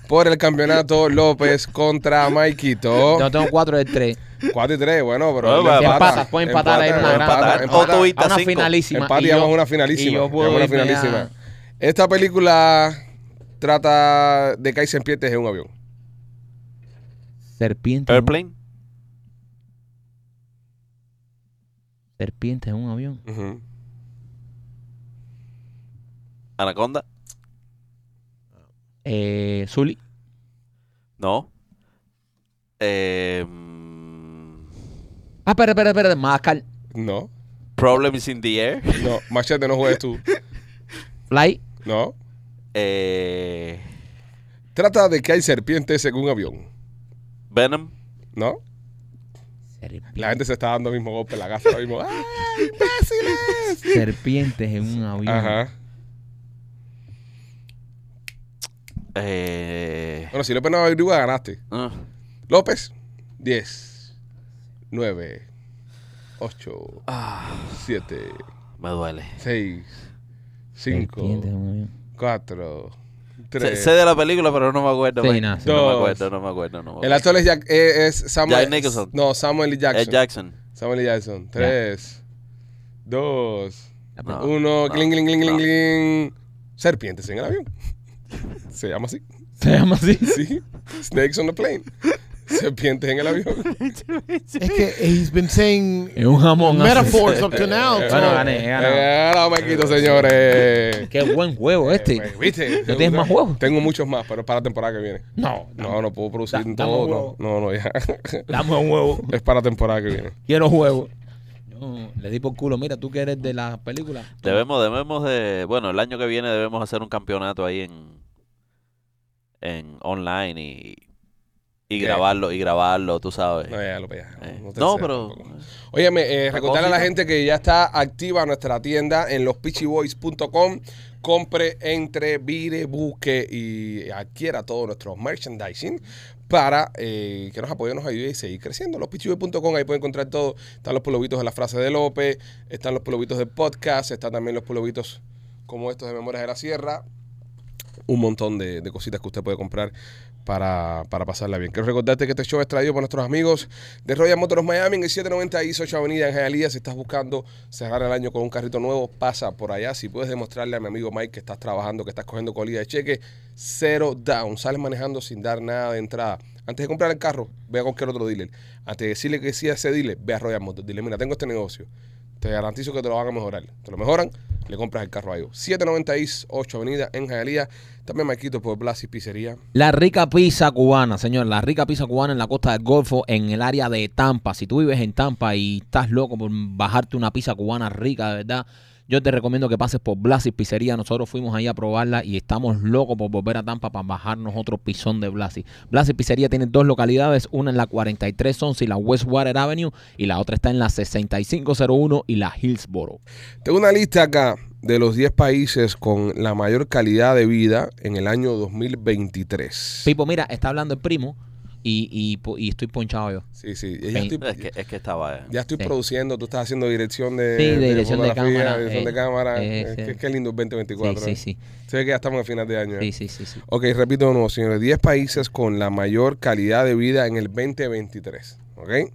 [SPEAKER 1] Por el campeonato, López contra Maikito.
[SPEAKER 2] Yo tengo cuatro de tres.
[SPEAKER 1] 4 y 3, bueno, pero.
[SPEAKER 3] Bueno,
[SPEAKER 1] empata.
[SPEAKER 2] empatas, puedes empatar ahí en una
[SPEAKER 1] empata,
[SPEAKER 2] gran-
[SPEAKER 1] empata.
[SPEAKER 3] Otto y-
[SPEAKER 2] A una
[SPEAKER 3] cinco.
[SPEAKER 2] Ah, finalísima.
[SPEAKER 1] Empate,
[SPEAKER 2] y
[SPEAKER 1] llevamos
[SPEAKER 2] yo-
[SPEAKER 1] una finalísima.
[SPEAKER 2] y yo puedo
[SPEAKER 1] llevamos una
[SPEAKER 2] irme a-
[SPEAKER 1] finalísima. Esta película trata de que hay serpientes en un avión.
[SPEAKER 2] Serpiente. en un-
[SPEAKER 3] Airplane.
[SPEAKER 2] Serpiente en un avión.
[SPEAKER 1] Ujú.
[SPEAKER 3] Anaconda.
[SPEAKER 2] Eh, Zully.
[SPEAKER 3] No. Eh, mm,
[SPEAKER 2] Ah, espera, espera, espera. Madagascar.
[SPEAKER 1] No,
[SPEAKER 3] Problems in the air.
[SPEAKER 1] no, Machete, no juegues tú.
[SPEAKER 2] Fly.
[SPEAKER 1] No.
[SPEAKER 3] Eh,
[SPEAKER 1] Trata de que hay serpientes en un avión.
[SPEAKER 3] Venom.
[SPEAKER 1] ¿No? La gente se está dando el mismo golpe en la casa ahora mismo. ¡Ah!
[SPEAKER 2] Serpientes en un avión.
[SPEAKER 1] Ajá.
[SPEAKER 3] Eh,
[SPEAKER 1] Bueno, si López no averigua, ganaste.
[SPEAKER 3] ah,
[SPEAKER 1] López, 10, 9, 8, 7,
[SPEAKER 3] ah, me duele.
[SPEAKER 1] 6,
[SPEAKER 2] Serpientes en
[SPEAKER 1] 5,
[SPEAKER 2] un avión.
[SPEAKER 1] 4,
[SPEAKER 3] Sé,
[SPEAKER 1] 3.
[SPEAKER 3] sé de la película, pero no me acuerdo.
[SPEAKER 2] Sí,
[SPEAKER 3] me-
[SPEAKER 2] nada, sí.
[SPEAKER 3] no me
[SPEAKER 1] Dos.
[SPEAKER 3] acuerdo, no me acuerdo. No me
[SPEAKER 1] El
[SPEAKER 3] acuerdo.
[SPEAKER 1] actor es, Jack- eh, es Samuel.
[SPEAKER 3] Jack Nicholson.
[SPEAKER 1] No, Samuel L. Jackson.
[SPEAKER 3] Ed Eh, Jackson.
[SPEAKER 1] Samuel L. Jackson. 3, 2,
[SPEAKER 2] La
[SPEAKER 3] No,
[SPEAKER 1] 1.
[SPEAKER 3] no,
[SPEAKER 1] Cling, cling, cling, cling,
[SPEAKER 3] no.
[SPEAKER 1] cling. Serpientes en el avión. [LAUGHS] Se llama así.
[SPEAKER 2] Se llama así.
[SPEAKER 1] Sí. Snakes on the plane. Serpientes en el
[SPEAKER 2] [LAUGHS]
[SPEAKER 1] avión.
[SPEAKER 4] Es que he's been saying
[SPEAKER 2] Es un jamón. así.
[SPEAKER 4] metaphors up to now.
[SPEAKER 1] Eh,
[SPEAKER 4] so-
[SPEAKER 2] Bueno, gané, he ganado.
[SPEAKER 1] Eh, no me quito, señores.
[SPEAKER 2] Qué buen juego
[SPEAKER 1] Eh,
[SPEAKER 2] este.
[SPEAKER 1] ¿Viste?
[SPEAKER 2] ¿No tienes más juegos?
[SPEAKER 1] Tengo muchos más, pero es para la temporada que viene.
[SPEAKER 2] No, no.
[SPEAKER 1] No, no puedo producir
[SPEAKER 2] Da- dame un
[SPEAKER 1] todo.
[SPEAKER 2] huevo.
[SPEAKER 1] No, no, no, ya. [LAUGHS]
[SPEAKER 2] Dame un huevo.
[SPEAKER 1] es para la temporada que viene.
[SPEAKER 2] Quiero juego. Yo le di por culo. Mira, tú que eres de las películas.
[SPEAKER 3] Debemos, debemos de. Bueno, el año que viene debemos hacer un campeonato ahí en. En online y. Y
[SPEAKER 1] ¿Qué?
[SPEAKER 3] grabarlo, y grabarlo, tú sabes.
[SPEAKER 1] No, ya, López, ya.
[SPEAKER 3] Eh,
[SPEAKER 1] te
[SPEAKER 3] No,
[SPEAKER 1] excedas
[SPEAKER 3] pero.
[SPEAKER 1] tampoco. Óyeme, eh, recordarle a la
[SPEAKER 3] cosita.
[SPEAKER 1] gente que ya está activa nuestra tienda en lospitchyboys.com. Compre, entre, vire, busque y adquiera todo nuestro merchandising para eh, que nos apoye, nos ayude y seguir creciendo. Lospitchyboys.com, ahí pueden encontrar todo. Están los pulovitos de la frase de López, están los pulovitos del podcast, están también los pulovitos como estos de Memorias de la Sierra. Un montón de, de cositas que usted puede comprar para, para pasarla bien. Quiero recordarte que este show es traído por nuestros amigos de Royal Motors Miami en el 790 East 8 Avenida en Hialeah. Si estás buscando cerrar el año con un carrito nuevo, pasa por allá. Si puedes demostrarle a mi amigo Mike que estás trabajando, que estás cogiendo colilla de cheque, cero down. Sales manejando sin dar nada de entrada. Antes de comprar el carro, ve a cualquier otro dealer. Antes de decirle que sí a ese dealer, ve a Royal Motors. Dile, mira, tengo este negocio. Te garantizo que te lo van a mejorar. Te lo mejoran, le compras el carro a ellos. 790 East 8 Avenida en Hialeah. También Maikito por Blas y Pizzería.
[SPEAKER 2] La rica pizza cubana, señor. La rica pizza cubana en la costa del Golfo, en el área de Tampa. Si tú vives en Tampa y estás loco por bajarte una pizza cubana rica, de verdad, yo te recomiendo que pases por Blasis Pizzería. Nosotros fuimos ahí a probarla y estamos locos por volver a Tampa para bajarnos otro pisón de Blasis. Blasis Pizzería tiene dos localidades, una en la 4311 y la Westwater Avenue y la otra está en la 6501 y la Hillsboro.
[SPEAKER 1] Tengo una lista acá de los 10 países con la mayor calidad de vida en el año 2023.
[SPEAKER 2] Pipo, mira, está hablando el primo y, y po- y estoy ponchado yo.
[SPEAKER 1] Sí, sí. Ya
[SPEAKER 2] Sí.
[SPEAKER 1] estoy,
[SPEAKER 3] Es que, es que estaba. eh.
[SPEAKER 1] ya estoy
[SPEAKER 2] Sí.
[SPEAKER 1] produciendo, tú estás haciendo dirección de,
[SPEAKER 2] Sí, de dirección de
[SPEAKER 1] fotografía,
[SPEAKER 2] cámara,
[SPEAKER 1] dirección
[SPEAKER 2] eh,
[SPEAKER 1] de cámara.
[SPEAKER 2] eh,
[SPEAKER 1] Eh,
[SPEAKER 2] sí.
[SPEAKER 1] qué, qué lindo el 2024.
[SPEAKER 2] sí,
[SPEAKER 1] eh.
[SPEAKER 2] sí,
[SPEAKER 1] Se ve que ya estamos a final de año. eh.
[SPEAKER 2] sí, sí, sí, sí, sí.
[SPEAKER 1] Ok, repito de nuevo, señores. 10 países con la mayor calidad de vida en el 2023. ¿Ok?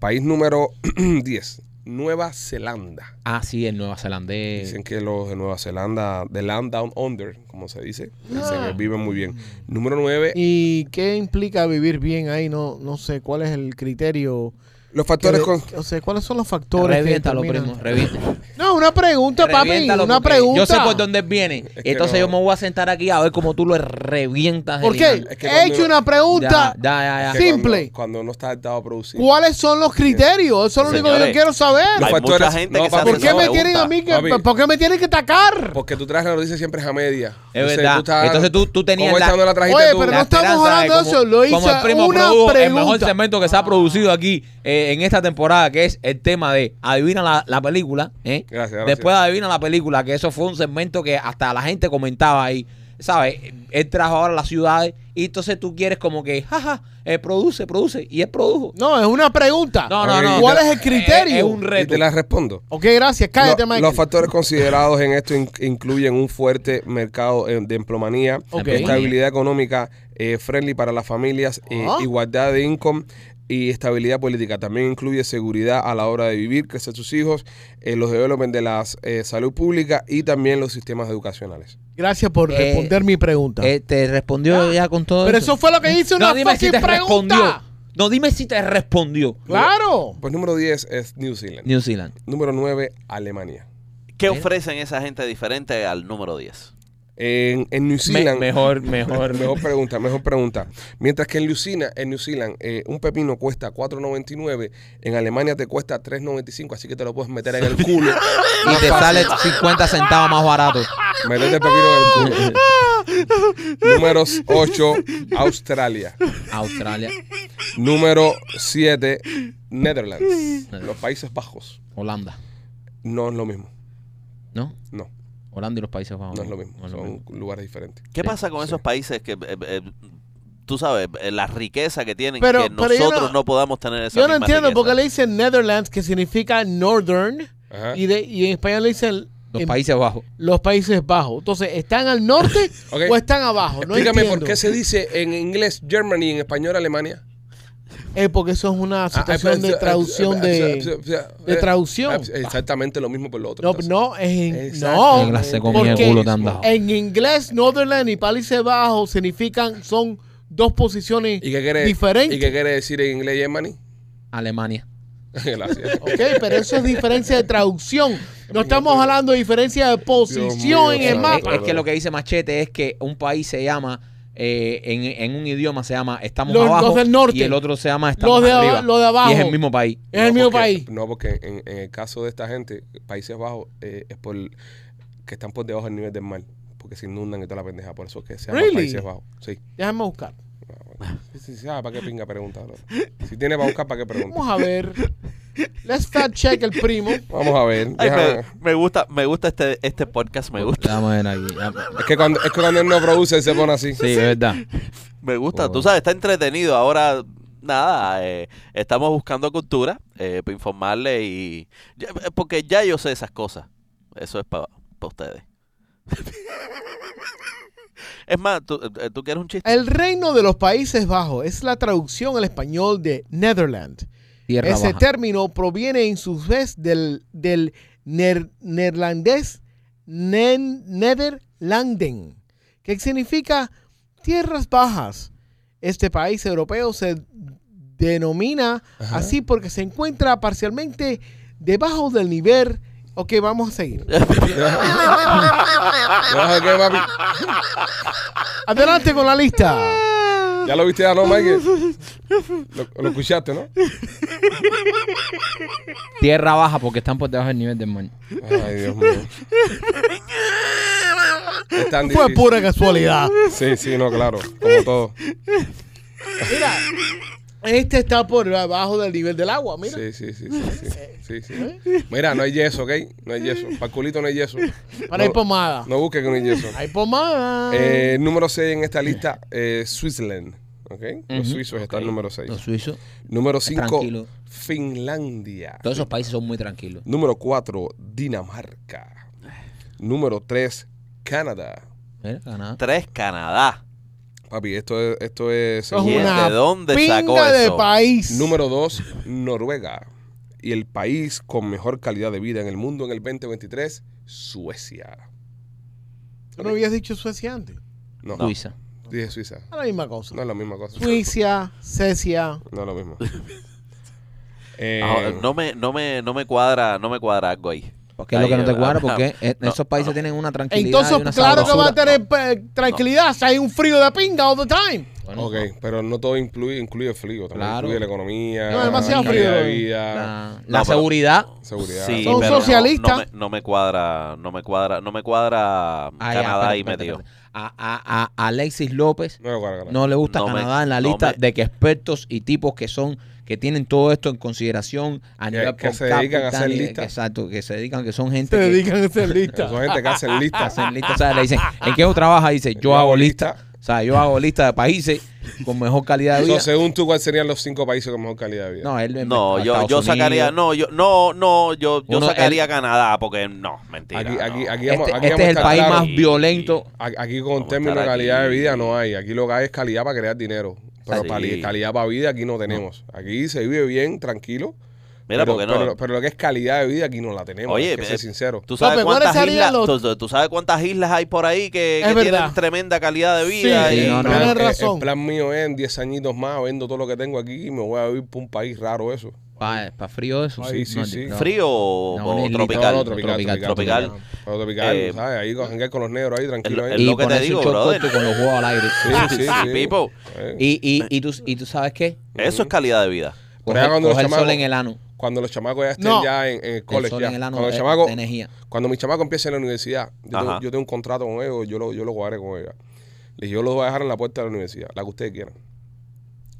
[SPEAKER 1] País número [CLEARS THROAT] 10, Nueva Zelanda.
[SPEAKER 2] Ah, sí, el nueva zelandés.
[SPEAKER 1] Dicen que los de Nueva Zelanda, the land down under, como se dice,
[SPEAKER 4] Ah.
[SPEAKER 1] dicen que viven muy bien. Número 9,
[SPEAKER 4] ¿Y qué implica vivir bien ahí? No, no sé cuál es el criterio
[SPEAKER 1] Los factores con...
[SPEAKER 4] O sea, ¿cuáles son los factores? que
[SPEAKER 2] Reviéntalo,
[SPEAKER 4] determinan?
[SPEAKER 2] primo, reviéntalo.
[SPEAKER 4] No, una pregunta, papi.
[SPEAKER 2] Reviéntalo,
[SPEAKER 4] Una
[SPEAKER 2] porque
[SPEAKER 4] pregunta.
[SPEAKER 2] Yo sé por dónde viene.
[SPEAKER 1] Es que
[SPEAKER 2] Entonces
[SPEAKER 1] no.
[SPEAKER 2] yo me voy a sentar aquí a ver cómo tú lo revientas.
[SPEAKER 4] ¿Por
[SPEAKER 2] el
[SPEAKER 4] qué?
[SPEAKER 2] imán.
[SPEAKER 1] Es que
[SPEAKER 4] He
[SPEAKER 1] cuando-
[SPEAKER 4] hecho una pregunta.
[SPEAKER 2] Ya, Ah, ya, ya,
[SPEAKER 1] que
[SPEAKER 2] ya.
[SPEAKER 4] Sí. simple.
[SPEAKER 1] Cuando, cuando no está adaptado a producir.
[SPEAKER 4] ¿Cuáles son los criterios? Eso es lo único que yo
[SPEAKER 3] Señores,
[SPEAKER 4] quiero saber.
[SPEAKER 1] Los
[SPEAKER 3] Hay mucha
[SPEAKER 1] factores- no,
[SPEAKER 3] gente que se
[SPEAKER 1] papi,
[SPEAKER 3] hace
[SPEAKER 4] ¿Por
[SPEAKER 1] Esa
[SPEAKER 4] qué
[SPEAKER 3] esa
[SPEAKER 4] me tienen a mí
[SPEAKER 3] pregunta.
[SPEAKER 4] que,
[SPEAKER 1] Papi.
[SPEAKER 4] ¿Por qué me tienen que atacar?
[SPEAKER 1] Porque tú traes la noticia siempre a media.
[SPEAKER 2] Es verdad. Entonces tú- tú tenías
[SPEAKER 1] ¿Cómo
[SPEAKER 2] la-
[SPEAKER 1] esta no la trajiste
[SPEAKER 4] Oye,
[SPEAKER 1] tú?
[SPEAKER 4] pero
[SPEAKER 2] La
[SPEAKER 4] no estamos
[SPEAKER 2] esperanza de
[SPEAKER 4] hablando de
[SPEAKER 2] como-
[SPEAKER 4] eso, lo
[SPEAKER 2] como
[SPEAKER 4] hizo
[SPEAKER 2] el primo
[SPEAKER 4] una
[SPEAKER 2] produjo El mejor
[SPEAKER 4] pregunta.
[SPEAKER 2] segmento que se ha producido aquí eh, en esta temporada, que es el tema de adivina la, la película. ¿eh?
[SPEAKER 1] Gracias, gracias.
[SPEAKER 2] Después de adivina la película, que eso fue un segmento que hasta la gente comentaba ahí. ¿Sabes? Él trajo ahora las ciudades y entonces tú quieres como que, jaja, eh, produce, produce. Y él produjo.
[SPEAKER 4] No, es una pregunta.
[SPEAKER 2] No, no,
[SPEAKER 1] Ok,
[SPEAKER 2] no. Eh,
[SPEAKER 4] ¿Cuál es el criterio?
[SPEAKER 2] Es, es un
[SPEAKER 1] Y
[SPEAKER 2] reto.
[SPEAKER 1] te la respondo.
[SPEAKER 4] Ok, gracias. Cállate,
[SPEAKER 1] Lo-
[SPEAKER 4] Michael.
[SPEAKER 1] Los factores considerados en esto in- incluyen un fuerte mercado eh, de emplomanía,
[SPEAKER 4] Ok.
[SPEAKER 1] estabilidad económica eh, friendly para las familias, eh,
[SPEAKER 4] Ah.
[SPEAKER 1] igualdad de income y estabilidad política. También incluye seguridad a la hora de vivir, crecer sus hijos, eh, los development de la salud pública y también los sistemas educacionales.
[SPEAKER 4] Gracias por
[SPEAKER 2] Eh,
[SPEAKER 4] responder mi pregunta.
[SPEAKER 2] Eh, te respondió ya con todo
[SPEAKER 4] Pero
[SPEAKER 2] eso.
[SPEAKER 4] eso fue lo que hice, una fucking pregunta.
[SPEAKER 2] respondió. No, dime si te respondió.
[SPEAKER 4] Claro.
[SPEAKER 1] Pues número 10 es New Zealand.
[SPEAKER 2] New Zealand.
[SPEAKER 1] número 9, Alemania. ¿Eh?
[SPEAKER 3] ¿Qué ofrecen esa gente diferente al número 10?
[SPEAKER 1] En, en New
[SPEAKER 2] Me-
[SPEAKER 1] Zealand... [LAUGHS]
[SPEAKER 2] mejor, mejor. [LAUGHS]
[SPEAKER 1] Mejor pregunta, mejor pregunta. Mientras que en New Zealand, en New Zealand eh, un pepino cuesta 4.99, en Alemania te cuesta 3.95, así que te lo puedes meter en el culo.
[SPEAKER 2] y te sale 50 centavos más barato.
[SPEAKER 1] Metete el pepino en el
[SPEAKER 2] [LAUGHS]
[SPEAKER 1] culo. Número 8, Australia.
[SPEAKER 2] Australia,
[SPEAKER 1] Número 7, Netherlands. Los Países Bajos.
[SPEAKER 2] Holanda,
[SPEAKER 1] No es lo mismo.
[SPEAKER 2] ¿no?
[SPEAKER 1] No,
[SPEAKER 2] Holanda y los Países Bajos.
[SPEAKER 1] no es lo mismo.
[SPEAKER 2] es lo
[SPEAKER 1] Son
[SPEAKER 2] mismo.
[SPEAKER 1] lugares diferentes.
[SPEAKER 3] ¿Qué
[SPEAKER 2] Sí,
[SPEAKER 3] pasa con
[SPEAKER 1] sí.
[SPEAKER 3] esos países que, eh, eh, tú sabes, eh, la riqueza que tienen,
[SPEAKER 4] Pero-
[SPEAKER 3] que
[SPEAKER 4] pero yo
[SPEAKER 3] nosotros no,
[SPEAKER 4] no-
[SPEAKER 3] podamos tener esa
[SPEAKER 4] Yo no
[SPEAKER 3] misma
[SPEAKER 4] entiendo
[SPEAKER 3] riqueza?
[SPEAKER 4] por qué le dicen Netherlands, que significa Northern,
[SPEAKER 2] Ah.
[SPEAKER 1] Ajá.
[SPEAKER 4] y, de, y en español le dicen
[SPEAKER 2] Los
[SPEAKER 4] en-
[SPEAKER 2] Países Bajos.
[SPEAKER 4] los Países Bajos. Entonces, ¿están al
[SPEAKER 2] [LAUGHS]
[SPEAKER 4] norte
[SPEAKER 1] Ok.
[SPEAKER 4] o están abajo? No
[SPEAKER 1] Dígame
[SPEAKER 4] entiendo.
[SPEAKER 1] por qué se dice en inglés Germany y en español Alemania.
[SPEAKER 4] Eh, porque eso es
[SPEAKER 2] Ah,
[SPEAKER 4] una
[SPEAKER 1] Ah,
[SPEAKER 4] situación
[SPEAKER 1] eh,
[SPEAKER 4] de traducción de... de traducción.
[SPEAKER 1] Exactamente lo mismo por lo otro. pues.
[SPEAKER 4] No,
[SPEAKER 1] entonces.
[SPEAKER 4] no, es en...
[SPEAKER 1] Exacto.
[SPEAKER 4] No,
[SPEAKER 2] En la se comía el
[SPEAKER 4] porque-
[SPEAKER 2] culo tan bajo.
[SPEAKER 4] En inglés, Northern y Países Bajos significan, son dos posiciones
[SPEAKER 1] ¿Y qué quiere,
[SPEAKER 4] diferentes.
[SPEAKER 1] ¿Y qué quiere decir en inglés Germany? [LAUGHS]
[SPEAKER 2] Alemania.
[SPEAKER 1] Gracias.
[SPEAKER 4] Ok, pero eso es diferencia de traducción. No estamos hablando de diferencia de
[SPEAKER 1] mío,
[SPEAKER 4] posición en el
[SPEAKER 1] santo.
[SPEAKER 2] Es,
[SPEAKER 4] mapa.
[SPEAKER 2] Eh, es que lo que dice Machete es que un país se llama, eh, en, en un idioma se llama estamos
[SPEAKER 4] Los-
[SPEAKER 2] abajo
[SPEAKER 4] los del norte.
[SPEAKER 2] y el otro se llama estamos
[SPEAKER 4] Los de aba-
[SPEAKER 2] arriba.
[SPEAKER 4] los de abajo.
[SPEAKER 2] Y es el mismo país.
[SPEAKER 4] Es el mismo
[SPEAKER 1] porque-
[SPEAKER 4] país.
[SPEAKER 1] No, porque en, en el caso de esta gente, Países Bajos, eh, es por que están por debajo del nivel del mar. Porque se inundan y toda la pendeja. Por eso es que se llama
[SPEAKER 4] Really?
[SPEAKER 1] Países Bajos. Sí.
[SPEAKER 4] Déjame buscar.
[SPEAKER 1] Si sí, sí, ah, ¿Para qué pinga pregunta? bro? Si tiene para buscar, ¿para qué pregunta?
[SPEAKER 4] Vamos a ver. Let's fact check el primo.
[SPEAKER 1] Vamos a ver.
[SPEAKER 3] Ay,
[SPEAKER 1] déjame-
[SPEAKER 3] me, me gusta, me gusta este, este podcast, me gusta,
[SPEAKER 2] Vamos a ver aquí. ya-
[SPEAKER 1] Es, que cuando, es que cuando él no produce, él se pone así.
[SPEAKER 2] Sí, es verdad.
[SPEAKER 3] me gusta.
[SPEAKER 2] Oh.
[SPEAKER 3] Tú sabes, está entretenido. Ahora, nada, eh, estamos buscando cultura eh, para informarle y... ya- eh, Porque ya yo sé esas cosas. Eso es para ustedes. [LAUGHS] es más, ¿tú, eh, ¿tú quieres un chiste? [LAUGHS]
[SPEAKER 4] El reino de los Países Bajos es la traducción al español de Netherland.
[SPEAKER 2] Tierra
[SPEAKER 4] Ese
[SPEAKER 2] baja.
[SPEAKER 4] término proviene en su vez del, del ner- neerlandés nen- Nederlanden, que significa tierras bajas. Este país europeo se denomina así porque se encuentra parcialmente debajo del nivel. Ok, vamos a seguir.
[SPEAKER 1] No, ¿qué, papi?
[SPEAKER 4] Adelante con la lista.
[SPEAKER 1] [LAUGHS] Ya lo viste, ya, ¿no, Mike? Lo,
[SPEAKER 4] [LAUGHS]
[SPEAKER 1] lo escuchaste, ¿no?
[SPEAKER 2] Tierra baja porque están por debajo del nivel del mar.
[SPEAKER 1] Ay, Dios mío. Es tan
[SPEAKER 4] Fue
[SPEAKER 1] difícil.
[SPEAKER 4] pura casualidad.
[SPEAKER 1] Sí, sí, no, claro. Como todo. [LAUGHS]
[SPEAKER 4] Mira, este está por abajo del nivel del agua, mira.
[SPEAKER 1] Sí, sí, sí, sí, sí, sí, sí. Mira, no hay yeso, ¿ok? No hay yeso. Para el culito no hay yeso.
[SPEAKER 4] Para
[SPEAKER 1] no,
[SPEAKER 4] hay pomada.
[SPEAKER 1] No busques que no hay yeso.
[SPEAKER 4] Hay pomada.
[SPEAKER 1] Eh, número 6 en esta lista, eh, Switzerland. ¿Ok? Los suizos están número 6.
[SPEAKER 2] Los suizos.
[SPEAKER 1] Número 5,
[SPEAKER 2] tranquilo.
[SPEAKER 1] Finlandia.
[SPEAKER 2] Todos esos países son muy tranquilos.
[SPEAKER 1] Número 4, Dinamarca. Número 3, Canadá.
[SPEAKER 2] Mira, Canadá.
[SPEAKER 3] Tres, Canadá.
[SPEAKER 1] Papi, esto es... Esto es
[SPEAKER 4] Eso es
[SPEAKER 3] ¿Y
[SPEAKER 1] seguro.
[SPEAKER 3] él
[SPEAKER 4] una
[SPEAKER 3] de dónde
[SPEAKER 4] pinga
[SPEAKER 3] sacó
[SPEAKER 4] de
[SPEAKER 3] eso?
[SPEAKER 4] país.
[SPEAKER 1] Número 2, Noruega. Y el país con mejor calidad de vida en el mundo en el 2023, Suecia.
[SPEAKER 4] Tú no habías dicho Suecia antes.
[SPEAKER 1] No,
[SPEAKER 2] Suiza.
[SPEAKER 1] dije Suiza.
[SPEAKER 4] Es la misma cosa.
[SPEAKER 1] No es la misma cosa.
[SPEAKER 2] [LAUGHS]
[SPEAKER 4] Suiza, Cecia.
[SPEAKER 1] No es lo mismo. Eh,
[SPEAKER 3] Ah, no, me, no, me, no me cuadra, no me cuadra algo ahí.
[SPEAKER 2] Porque es lo
[SPEAKER 3] Ahí,
[SPEAKER 2] que no te
[SPEAKER 3] eh,
[SPEAKER 2] cuadra,
[SPEAKER 3] [LAUGHS] ah,
[SPEAKER 2] porque eh,
[SPEAKER 3] no,
[SPEAKER 2] esos países
[SPEAKER 3] no.
[SPEAKER 2] tienen una tranquilidad. y
[SPEAKER 4] Entonces,
[SPEAKER 2] una
[SPEAKER 4] claro que va a
[SPEAKER 2] sabrosura.
[SPEAKER 4] tener eh, tranquilidad si hay un frío de pinga all the time.
[SPEAKER 2] Bueno,
[SPEAKER 1] Ok, pero no todo incluye, incluye el frío, también
[SPEAKER 2] Claro.
[SPEAKER 1] incluye la economía,
[SPEAKER 4] No, demasiado
[SPEAKER 1] la calidad
[SPEAKER 4] frío.
[SPEAKER 1] de vida,
[SPEAKER 2] La,
[SPEAKER 3] No,
[SPEAKER 2] la
[SPEAKER 3] pero-
[SPEAKER 2] seguridad.
[SPEAKER 1] seguridad.
[SPEAKER 3] Sí,
[SPEAKER 4] Son
[SPEAKER 3] pero no- No,
[SPEAKER 4] socialistas.
[SPEAKER 3] me, no me cuadra, no me cuadra, no me cuadra
[SPEAKER 2] Ah, ya,
[SPEAKER 3] Canadá
[SPEAKER 2] espérate,
[SPEAKER 3] ahí
[SPEAKER 2] espérate,
[SPEAKER 3] metido.
[SPEAKER 2] espérate. A, a- a- a Alexis López
[SPEAKER 1] No, para ganar.
[SPEAKER 2] no le gusta
[SPEAKER 3] No me-
[SPEAKER 2] Canadá en la
[SPEAKER 3] no
[SPEAKER 2] lista
[SPEAKER 3] me-
[SPEAKER 2] de que expertos y tipos que son que tienen todo esto en consideración a
[SPEAKER 1] Que-
[SPEAKER 2] nivel
[SPEAKER 1] que
[SPEAKER 2] por
[SPEAKER 1] se dedican a
[SPEAKER 2] cápita,
[SPEAKER 1] hacer
[SPEAKER 2] ni-
[SPEAKER 1] listas.
[SPEAKER 2] Exacto, que se dedican, que son gente
[SPEAKER 4] Se
[SPEAKER 2] que-
[SPEAKER 4] dedican a ser
[SPEAKER 1] Pero
[SPEAKER 4] listas.
[SPEAKER 1] Son gente que
[SPEAKER 2] [LAUGHS]
[SPEAKER 1] hacen
[SPEAKER 2] que
[SPEAKER 1] listas.
[SPEAKER 2] hacen listas. O sea, le dicen, ¿en qué tú trabajas? Y Dice, yo hago lista. O sea, yo hago lista de países con mejor calidad de vida.
[SPEAKER 1] So, según tú, ¿cuáles serían los cinco países con mejor calidad de vida?
[SPEAKER 2] No, él
[SPEAKER 3] No, yo,
[SPEAKER 2] Estados
[SPEAKER 3] yo sacaría,
[SPEAKER 2] Unidos.
[SPEAKER 3] no, yo, no, no, yo, yo
[SPEAKER 2] Uno-
[SPEAKER 3] sacaría Canadá, porque no, mentira.
[SPEAKER 1] Aquí, aquí,
[SPEAKER 3] no.
[SPEAKER 1] aquí, vamos-
[SPEAKER 2] Este,
[SPEAKER 1] aquí
[SPEAKER 2] este
[SPEAKER 1] vamos
[SPEAKER 2] es
[SPEAKER 1] a
[SPEAKER 2] el
[SPEAKER 1] estar
[SPEAKER 2] país
[SPEAKER 1] claros.
[SPEAKER 2] más violento.
[SPEAKER 1] A- Aquí
[SPEAKER 3] Vamos
[SPEAKER 1] con
[SPEAKER 3] a
[SPEAKER 1] términos de
[SPEAKER 3] estar
[SPEAKER 1] calidad de
[SPEAKER 3] aquí.
[SPEAKER 1] vida no hay. Aquí lo que hay es calidad para crear dinero. Pero
[SPEAKER 3] Sí.
[SPEAKER 1] pali- calidad para vida aquí no tenemos. Aquí se vive bien, tranquilo.
[SPEAKER 3] Mira,
[SPEAKER 1] pero,
[SPEAKER 3] porque no.
[SPEAKER 1] pero- pero lo que es calidad de vida aquí no la tenemos.
[SPEAKER 3] Oye,
[SPEAKER 1] hay que ser
[SPEAKER 3] eh,
[SPEAKER 1] sincero.
[SPEAKER 3] ¿Tú sabes,
[SPEAKER 4] López,
[SPEAKER 3] cuántas
[SPEAKER 4] ¿cuáles
[SPEAKER 3] islas,
[SPEAKER 4] serían los-
[SPEAKER 3] tú- tú sabes cuántas islas hay por ahí que,
[SPEAKER 4] Es
[SPEAKER 3] que tienen
[SPEAKER 4] verdad.
[SPEAKER 3] tremenda calidad de vida?
[SPEAKER 4] Sí,
[SPEAKER 3] y-
[SPEAKER 2] no, no.
[SPEAKER 1] Pero,
[SPEAKER 4] Tienes
[SPEAKER 1] eh,
[SPEAKER 4] razón.
[SPEAKER 1] El plan mío es en 10 añitos más, vendo todo lo que tengo aquí y me voy a vivir por un país raro eso.
[SPEAKER 2] Para frío eso.
[SPEAKER 1] Sí, sí, sí.
[SPEAKER 2] no.
[SPEAKER 3] ¿Frío o,
[SPEAKER 2] No,
[SPEAKER 3] o
[SPEAKER 2] una islita.
[SPEAKER 3] tropical?
[SPEAKER 1] No, no,
[SPEAKER 2] tropical,
[SPEAKER 3] tropical.
[SPEAKER 1] Pero tropical,
[SPEAKER 3] Eh,
[SPEAKER 1] ¿sabes? Ahí con, janguear con los negros ahí, tranquilo.
[SPEAKER 3] el-
[SPEAKER 1] ahí.
[SPEAKER 3] el-
[SPEAKER 2] Y
[SPEAKER 3] lo que te
[SPEAKER 2] ponerse
[SPEAKER 3] digo,
[SPEAKER 2] un short
[SPEAKER 3] brother.
[SPEAKER 2] corto con los huevos al aire.
[SPEAKER 1] Sí, sí,
[SPEAKER 3] Sí,
[SPEAKER 1] sí.
[SPEAKER 3] people.
[SPEAKER 1] Eh.
[SPEAKER 2] Y, y, y, tú, y tú sabes qué?
[SPEAKER 3] Eso es calidad de vida.
[SPEAKER 1] Por allá
[SPEAKER 2] Coger,
[SPEAKER 1] cuando los
[SPEAKER 2] coger el sol
[SPEAKER 1] chamacos-
[SPEAKER 2] en el ano.
[SPEAKER 1] Cuando los chamacos ya estén
[SPEAKER 4] No.
[SPEAKER 1] ya en, en el
[SPEAKER 2] El
[SPEAKER 1] college,
[SPEAKER 2] sol
[SPEAKER 1] ya.
[SPEAKER 2] en el ano eh,
[SPEAKER 1] cuando, los
[SPEAKER 2] es-
[SPEAKER 1] chamacos-
[SPEAKER 2] de energía.
[SPEAKER 1] cuando mis chamacos empiecen en la universidad, yo tengo,
[SPEAKER 3] Ajá.
[SPEAKER 1] yo tengo un contrato con ellos, yo lo, yo lo guardaré con ellos. Les digo, yo los voy a dejar en la puerta de la universidad, la que ustedes quieran,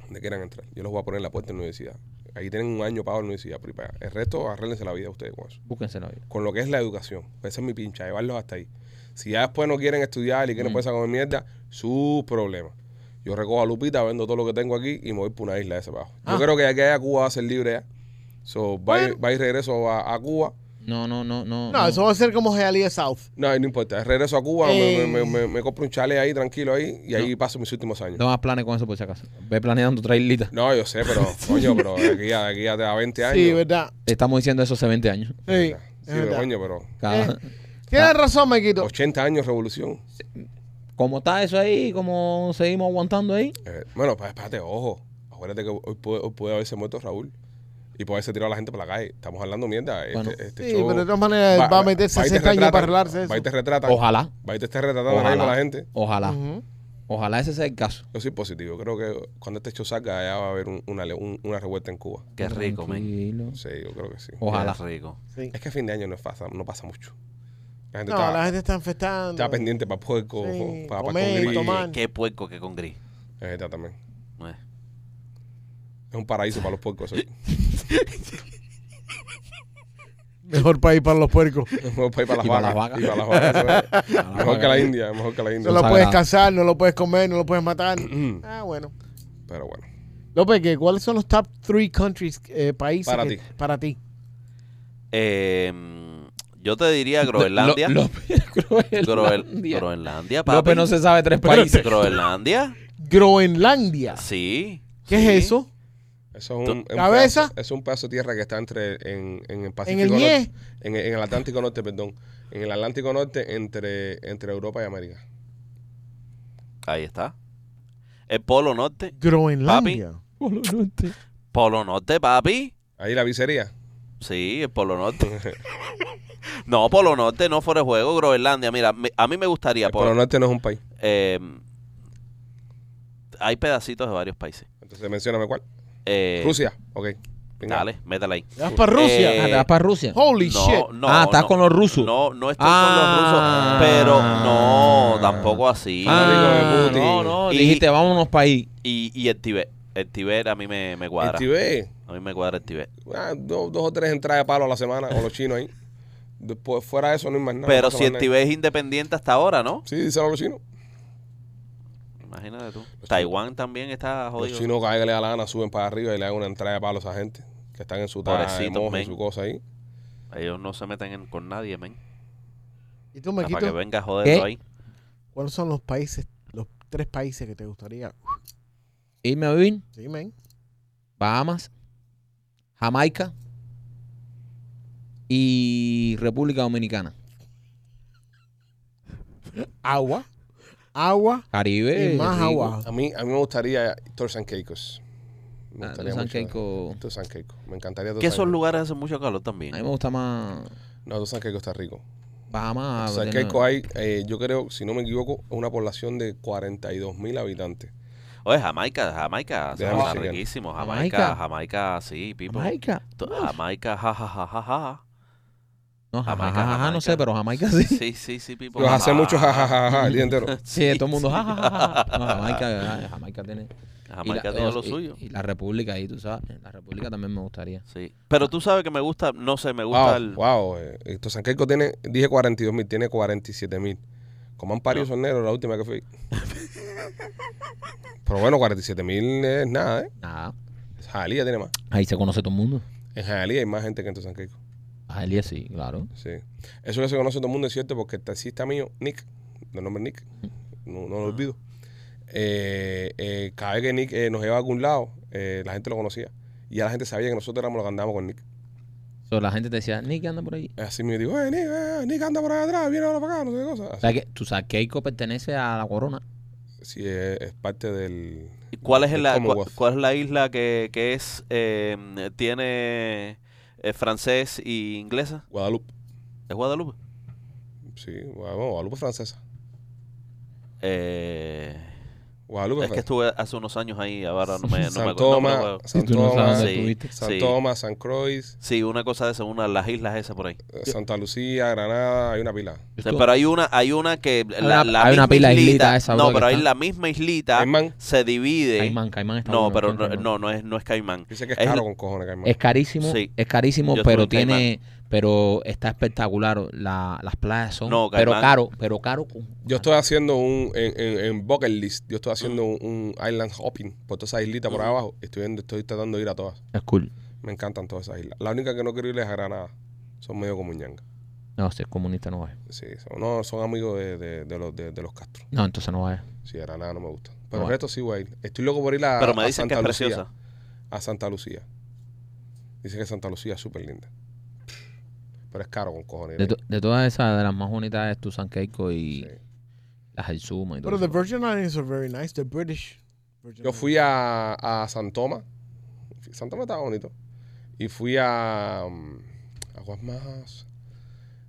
[SPEAKER 1] donde quieran entrar. Yo los voy a poner en la puerta de la universidad. Ahí tienen un año pago en la universidad, por ahí para allá. El resto, arréglense la vida ustedes con eso.
[SPEAKER 2] Búsquense la vida.
[SPEAKER 1] Con lo que es la educación. pues Esa es mi pincha, llevarlos hasta ahí. Si ya después no quieren estudiar y quieren ponerse a comer mierda, su problema. Yo recojo a Lupita, vendo todo lo que tengo aquí y me voy por una isla de ese abajo. Yo
[SPEAKER 4] Ah.
[SPEAKER 1] creo que de aquí a allá Cuba va a ser libre ya. So, va, y- va y regreso a, a Cuba.
[SPEAKER 2] No, no, no, no.
[SPEAKER 4] No, eso va a ser como Realia South.
[SPEAKER 1] No, no importa. Regreso a Cuba, me-
[SPEAKER 4] Eh.
[SPEAKER 1] me, me- me- me compro un chale ahí, tranquilo ahí, y ahí paso mis últimos años.
[SPEAKER 2] No
[SPEAKER 1] No,
[SPEAKER 2] más planes con eso por si acaso. Ve planeando otra islita.
[SPEAKER 1] yo sé,
[SPEAKER 4] [LAUGHS]
[SPEAKER 1] pero, coño, pero de aquí a, de aquí a, a 20 años.
[SPEAKER 4] Sí, verdad.
[SPEAKER 2] Te estamos diciendo eso hace 20 años.
[SPEAKER 4] Sí,
[SPEAKER 1] Este Sí,
[SPEAKER 4] es
[SPEAKER 1] pero,
[SPEAKER 4] verdad.
[SPEAKER 1] coño, Ah. pero
[SPEAKER 2] Cada-
[SPEAKER 4] Eh. Tienes razón, Maquito.
[SPEAKER 1] 80 años revolución.
[SPEAKER 2] ¿Cómo está eso ahí? ¿Cómo seguimos aguantando ahí?
[SPEAKER 1] Eh, bueno, pues espérate, ojo. Acuérdate que hoy puede, hoy puede haberse muerto Raúl y puede haberse tirado a la gente para la calle. Estamos hablando mierda. Este,
[SPEAKER 2] Bueno.
[SPEAKER 1] este
[SPEAKER 4] Sí,
[SPEAKER 1] show-
[SPEAKER 4] pero de todas maneras va, a meter
[SPEAKER 1] va y te
[SPEAKER 4] 60 años para
[SPEAKER 1] retratan,
[SPEAKER 4] arreglarse eso.
[SPEAKER 1] Va y te retratan.
[SPEAKER 2] Ojalá.
[SPEAKER 1] Va y te esté retratando ahí
[SPEAKER 2] Ojalá.
[SPEAKER 1] para la gente.
[SPEAKER 2] Ojalá.
[SPEAKER 4] Ujú.
[SPEAKER 2] Ojalá ese sea el caso.
[SPEAKER 1] Yo soy positivo. Creo que cuando este show salga, allá va a haber un- una, le- un- una revuelta en Cuba.
[SPEAKER 3] Qué rico, men.
[SPEAKER 2] Tranquilo.
[SPEAKER 1] Sí, yo creo que sí.
[SPEAKER 2] Ojalá.
[SPEAKER 3] Qué rico.
[SPEAKER 4] Sí.
[SPEAKER 1] Es que a fin de año no pasa, no pasa mucho. La gente
[SPEAKER 4] No,
[SPEAKER 1] está,
[SPEAKER 4] la gente está infestando.
[SPEAKER 1] está pendiente para puerco,
[SPEAKER 4] Sí,
[SPEAKER 1] para, para
[SPEAKER 4] comer,
[SPEAKER 1] con gris.
[SPEAKER 4] tomar.
[SPEAKER 3] Qué, qué puerco que con gris.
[SPEAKER 1] Es verdad también.
[SPEAKER 3] Eh.
[SPEAKER 1] Es un paraíso para los puercos.
[SPEAKER 2] [LAUGHS]
[SPEAKER 1] eso.
[SPEAKER 4] Mejor país para los puercos.
[SPEAKER 1] Mejor país para las
[SPEAKER 2] Y para las
[SPEAKER 1] vacas.
[SPEAKER 2] vacas.
[SPEAKER 1] Y para las
[SPEAKER 2] [LAUGHS]
[SPEAKER 1] vacas. eso es.
[SPEAKER 2] las
[SPEAKER 1] Mejor que la
[SPEAKER 2] vacas.
[SPEAKER 1] India, mejor que la
[SPEAKER 4] No
[SPEAKER 1] India.
[SPEAKER 4] lo
[SPEAKER 2] Sagrado.
[SPEAKER 4] puedes cazar, no lo puedes comer, no lo
[SPEAKER 1] [CLEARS THROAT]
[SPEAKER 4] puedes matar. ah, bueno.
[SPEAKER 1] Pero bueno.
[SPEAKER 4] López, ¿qué- pues, ¿cuáles son los top 3 countries, eh, países
[SPEAKER 1] Para
[SPEAKER 4] que-
[SPEAKER 1] ti.
[SPEAKER 4] para ti?
[SPEAKER 3] Eh, yo te diría Groenlandia.
[SPEAKER 2] Lo- López, [LAUGHS]
[SPEAKER 3] Groenlandia.
[SPEAKER 2] Groenlandia.
[SPEAKER 3] Groenlandia, papi.
[SPEAKER 2] López no se sabe tres países. [LAUGHS]
[SPEAKER 3] Groenlandia.
[SPEAKER 4] Groenlandia.
[SPEAKER 3] Sí.
[SPEAKER 4] ¿Qué
[SPEAKER 3] sí.
[SPEAKER 4] es eso?
[SPEAKER 1] Eso es un, es un
[SPEAKER 4] ¿Cabeza?
[SPEAKER 1] pedazo- es un pedazo de tierra que está entre en, en el Pacífico
[SPEAKER 4] ¿En el
[SPEAKER 1] Norte.
[SPEAKER 4] Ñe?
[SPEAKER 1] En, el- en el Atlántico Norte, perdón. En el Atlántico Norte entre, entre Europa y América.
[SPEAKER 3] Ahí está. El Polo Norte.
[SPEAKER 4] Groenlandia.
[SPEAKER 3] Polo Norte, papi.
[SPEAKER 1] Ahí la visería.
[SPEAKER 3] Sí, el Polo Norte. no, Polo Norte no fuera de juego. Groenlandia, mira, me- a mí me gustaría.
[SPEAKER 1] El
[SPEAKER 2] pues.
[SPEAKER 1] Polo
[SPEAKER 3] por-
[SPEAKER 1] Norte no es un país.
[SPEAKER 3] eh, hay pedacitos de varios países.
[SPEAKER 1] Entonces mencióname cuál.
[SPEAKER 3] Eh,
[SPEAKER 1] Rusia. Ok. Venga.
[SPEAKER 3] Dale, métela ahí.
[SPEAKER 4] ¿Vas para Rusia?
[SPEAKER 3] Eh,
[SPEAKER 2] Ah, ¿te vas para Rusia?
[SPEAKER 4] Holy
[SPEAKER 3] No,
[SPEAKER 4] shit.
[SPEAKER 3] no,
[SPEAKER 2] ah, estás
[SPEAKER 3] no.
[SPEAKER 2] con los rusos.
[SPEAKER 3] No, no estoy
[SPEAKER 2] Ah.
[SPEAKER 3] con los rusos, pero no, tampoco así.
[SPEAKER 1] amigo de
[SPEAKER 2] Ah,
[SPEAKER 1] Putin.
[SPEAKER 2] no, no.
[SPEAKER 3] Y-
[SPEAKER 2] Dijiste, vámonos para ahí.
[SPEAKER 3] Y, y el Tibet. El Tibet a mí me, me
[SPEAKER 1] El
[SPEAKER 3] cuadra.
[SPEAKER 1] Tibet.
[SPEAKER 3] A mí me cuadra el Tibet.
[SPEAKER 1] ah, dos, dos o tres entradas de palo a la semana con los chinos ahí. Después, fuera de eso, no hay más nada.
[SPEAKER 3] pero
[SPEAKER 1] no pasa
[SPEAKER 3] si
[SPEAKER 1] más
[SPEAKER 3] el
[SPEAKER 1] nada.
[SPEAKER 3] Tibet es independiente hasta ahora, ¿no?
[SPEAKER 1] Sí, díselo a los chinos.
[SPEAKER 3] Imagínate tú.
[SPEAKER 1] Pues
[SPEAKER 3] Taiwán también está
[SPEAKER 1] Los
[SPEAKER 3] jodido.
[SPEAKER 1] chinos cada vez que le da la gana suben para arriba y le dan una entrada de palo a esa gente que están en su taza de
[SPEAKER 3] Pobrecitos,
[SPEAKER 1] moja y
[SPEAKER 3] men.
[SPEAKER 1] su cosa ahí.
[SPEAKER 3] Ellos no se meten en- con nadie, men.
[SPEAKER 4] ¿Y tú,
[SPEAKER 3] Ah, Para que
[SPEAKER 4] Maquito?
[SPEAKER 3] venga a joderlo
[SPEAKER 2] ¿Qué?
[SPEAKER 3] ahí.
[SPEAKER 4] ¿Cuáles son los países, los tres países que te gustaría?
[SPEAKER 2] Irme a vivir.
[SPEAKER 4] Sí, men.
[SPEAKER 2] Bahamas. Jamaica. Y República Dominicana.
[SPEAKER 4] Agua. Agua.
[SPEAKER 2] Caribe. Ah,
[SPEAKER 4] y más
[SPEAKER 2] rico.
[SPEAKER 4] agua.
[SPEAKER 1] A mí, a mí me gustaría Turks and Caicos. Me
[SPEAKER 2] Ah,
[SPEAKER 1] gustaría
[SPEAKER 2] San
[SPEAKER 1] mucho-
[SPEAKER 2] Keiko.
[SPEAKER 1] Tú San Keiko. Me encantaría tú
[SPEAKER 3] Que
[SPEAKER 1] San
[SPEAKER 3] esos
[SPEAKER 1] Keiko.
[SPEAKER 3] lugares hacen mucho calor
[SPEAKER 2] A mí
[SPEAKER 3] también.
[SPEAKER 2] me gusta más
[SPEAKER 1] No, tú San Keiko está rico.
[SPEAKER 2] Bahamas.
[SPEAKER 1] San
[SPEAKER 2] tiene-
[SPEAKER 1] Keiko hay, eh, yo creo, si no me equivoco, una población de 42 mil habitantes.
[SPEAKER 3] Oye, Jamaica, Jamaica, o sea,
[SPEAKER 1] Déjame
[SPEAKER 3] está
[SPEAKER 1] chequear.
[SPEAKER 3] riquísimo.
[SPEAKER 2] Jamaica.
[SPEAKER 3] Jamaica, Jamaica, sí, people.
[SPEAKER 2] Jamaica.
[SPEAKER 3] To- Jamaica, ja, ja, ja, ja, ja.
[SPEAKER 2] [LAUGHS] No,
[SPEAKER 3] Jamaica,
[SPEAKER 2] Jamaica, jajaja, no sé,
[SPEAKER 3] Jamaica.
[SPEAKER 2] pero Jamaica sí.
[SPEAKER 3] Sí, sí, sí, people.
[SPEAKER 1] Los hace
[SPEAKER 3] Jamaica.
[SPEAKER 1] mucho [LAUGHS] jajajaja el día entero.
[SPEAKER 2] Sí, todo el mundo. ja, ja, ja, ja. No, Jamaica, ah, Jamaica tiene.
[SPEAKER 3] Jamaica
[SPEAKER 2] y la-
[SPEAKER 3] tiene
[SPEAKER 2] oh,
[SPEAKER 3] lo
[SPEAKER 2] y-
[SPEAKER 3] suyo.
[SPEAKER 2] Y la República ahí, tú sabes. La República también me gustaría.
[SPEAKER 3] Sí. Pero tú sabes que me gusta, no sé, me gusta
[SPEAKER 1] Wow,
[SPEAKER 3] el...
[SPEAKER 1] wow. eh, esto San Keiko tiene, dije 42 mil, tiene 47 mil. Como han parido son negros la última que fui. Pero bueno, 47 mil es nada, ¿eh?
[SPEAKER 2] Nada.
[SPEAKER 1] Jalía tiene más.
[SPEAKER 2] Ahí se conoce todo el mundo.
[SPEAKER 1] En Jalía hay más gente que en tu San Keiko.
[SPEAKER 2] Ah, Elías sí, claro.
[SPEAKER 1] Sí. Eso que se conoce todo el mundo es cierto porque el taxista mío, Nick, de nombre Nick, no, no lo olvido. eh, eh, cada vez que Nick eh, nos llevaba a algún lado, eh, la gente lo conocía. Y ya la gente sabía que nosotros éramos los que andábamos con Nick.
[SPEAKER 2] So, la gente te decía, Nick anda por ahí.
[SPEAKER 1] Así me digo, eh, Nick, eh, Nick anda por allá atrás, viene ahora para acá, no sé qué cosa.
[SPEAKER 2] O
[SPEAKER 1] Así.
[SPEAKER 2] sea, que tú sabes que Keiko pertenece a la corona.
[SPEAKER 1] Sí, es, es parte del.
[SPEAKER 3] ¿Y ¿Cuál es,
[SPEAKER 1] del
[SPEAKER 3] la, cua-
[SPEAKER 1] Commonwealth.
[SPEAKER 3] cuál es la isla que, que es, eh, tiene eh, francés y inglesa?
[SPEAKER 1] Guadalupe.
[SPEAKER 3] ¿Es Guadalupe?
[SPEAKER 1] Sí, Guadalupe, Guadalupe francesa.
[SPEAKER 3] Eh,
[SPEAKER 1] Guadalupe
[SPEAKER 3] es que
[SPEAKER 1] francesa.
[SPEAKER 3] estuve hace unos años ahí, ahora no me, no me
[SPEAKER 1] San
[SPEAKER 3] acuerdo. no me
[SPEAKER 1] Tomás,
[SPEAKER 3] acuerdo.
[SPEAKER 1] San
[SPEAKER 2] tú no sabes
[SPEAKER 1] Tomás,
[SPEAKER 2] dónde
[SPEAKER 3] Sí.
[SPEAKER 2] estuviste.
[SPEAKER 1] San
[SPEAKER 3] Sí.
[SPEAKER 1] Tomás, San Croix,
[SPEAKER 3] Sí, una cosa de esa, una de las islas esas por ahí.
[SPEAKER 1] eh, Santa Lucía, Granada, hay una pila.
[SPEAKER 3] O sea, pero hay una, hay una que
[SPEAKER 2] Hay
[SPEAKER 3] la,
[SPEAKER 2] una-
[SPEAKER 3] la
[SPEAKER 2] hay una
[SPEAKER 3] misma
[SPEAKER 2] pila de
[SPEAKER 3] islita-
[SPEAKER 2] islita esa,
[SPEAKER 3] no,
[SPEAKER 2] bro, que
[SPEAKER 3] pero hay
[SPEAKER 2] está-
[SPEAKER 3] la misma islita
[SPEAKER 1] Caimán,
[SPEAKER 3] se divide.
[SPEAKER 2] Caimán, Caimán está
[SPEAKER 3] no,
[SPEAKER 2] bueno,
[SPEAKER 3] pero
[SPEAKER 2] está en
[SPEAKER 3] no,
[SPEAKER 2] Caimán.
[SPEAKER 3] no, no es, no es Caimán.
[SPEAKER 1] dice que es,
[SPEAKER 3] Es la-
[SPEAKER 1] caro con cojones, Caimán.
[SPEAKER 2] Es carísimo,
[SPEAKER 3] Sí.
[SPEAKER 2] es carísimo,
[SPEAKER 3] Yo estuve
[SPEAKER 2] pero
[SPEAKER 3] en Caimán.
[SPEAKER 2] tiene, pero está espectacular. La- las playas son,
[SPEAKER 3] No,
[SPEAKER 2] pero
[SPEAKER 3] Caimán.
[SPEAKER 2] caro, pero caro. con-
[SPEAKER 1] Yo estoy haciendo un, en, en, en bucket list, yo estoy haciendo
[SPEAKER 3] Mm.
[SPEAKER 1] un, un island hopping por todas esas islitas por ahí abajo. Estoy, viendo- estoy tratando de ir a todas.
[SPEAKER 2] Es cool.
[SPEAKER 1] Me encantan todas esas islas. La única que no quiero ir es a Granada. Son medio como ñanga.
[SPEAKER 2] No, si es comunista no vaya.
[SPEAKER 1] Sí, son, no, son amigos de, de- de los, de, de los Castro.
[SPEAKER 2] No, entonces no vaya.
[SPEAKER 1] Sí, Granada no me gusta. Pero
[SPEAKER 2] Bueno.
[SPEAKER 1] el resto sí voy a ir. Estoy loco por ir a,
[SPEAKER 3] Pero me
[SPEAKER 1] a
[SPEAKER 3] dicen que
[SPEAKER 1] Santa
[SPEAKER 3] es
[SPEAKER 1] Lucía.
[SPEAKER 3] preciosa.
[SPEAKER 1] A Santa Lucía. Dicen que Santa Lucía es súper linda. Pero es caro con cojones. ir
[SPEAKER 2] De,
[SPEAKER 1] ahí.
[SPEAKER 2] to- de todas esas, de las más bonitas es tu San Keiko y
[SPEAKER 1] Sí.
[SPEAKER 2] las del Sumo y todo.
[SPEAKER 4] Pero the
[SPEAKER 2] eso.
[SPEAKER 4] Virgin Islands are very nice. The British. Virgin
[SPEAKER 1] Yo fui a, a San Tomás. Fui- San Tomás estaba bonito. Y fui a. mm, Aguas más.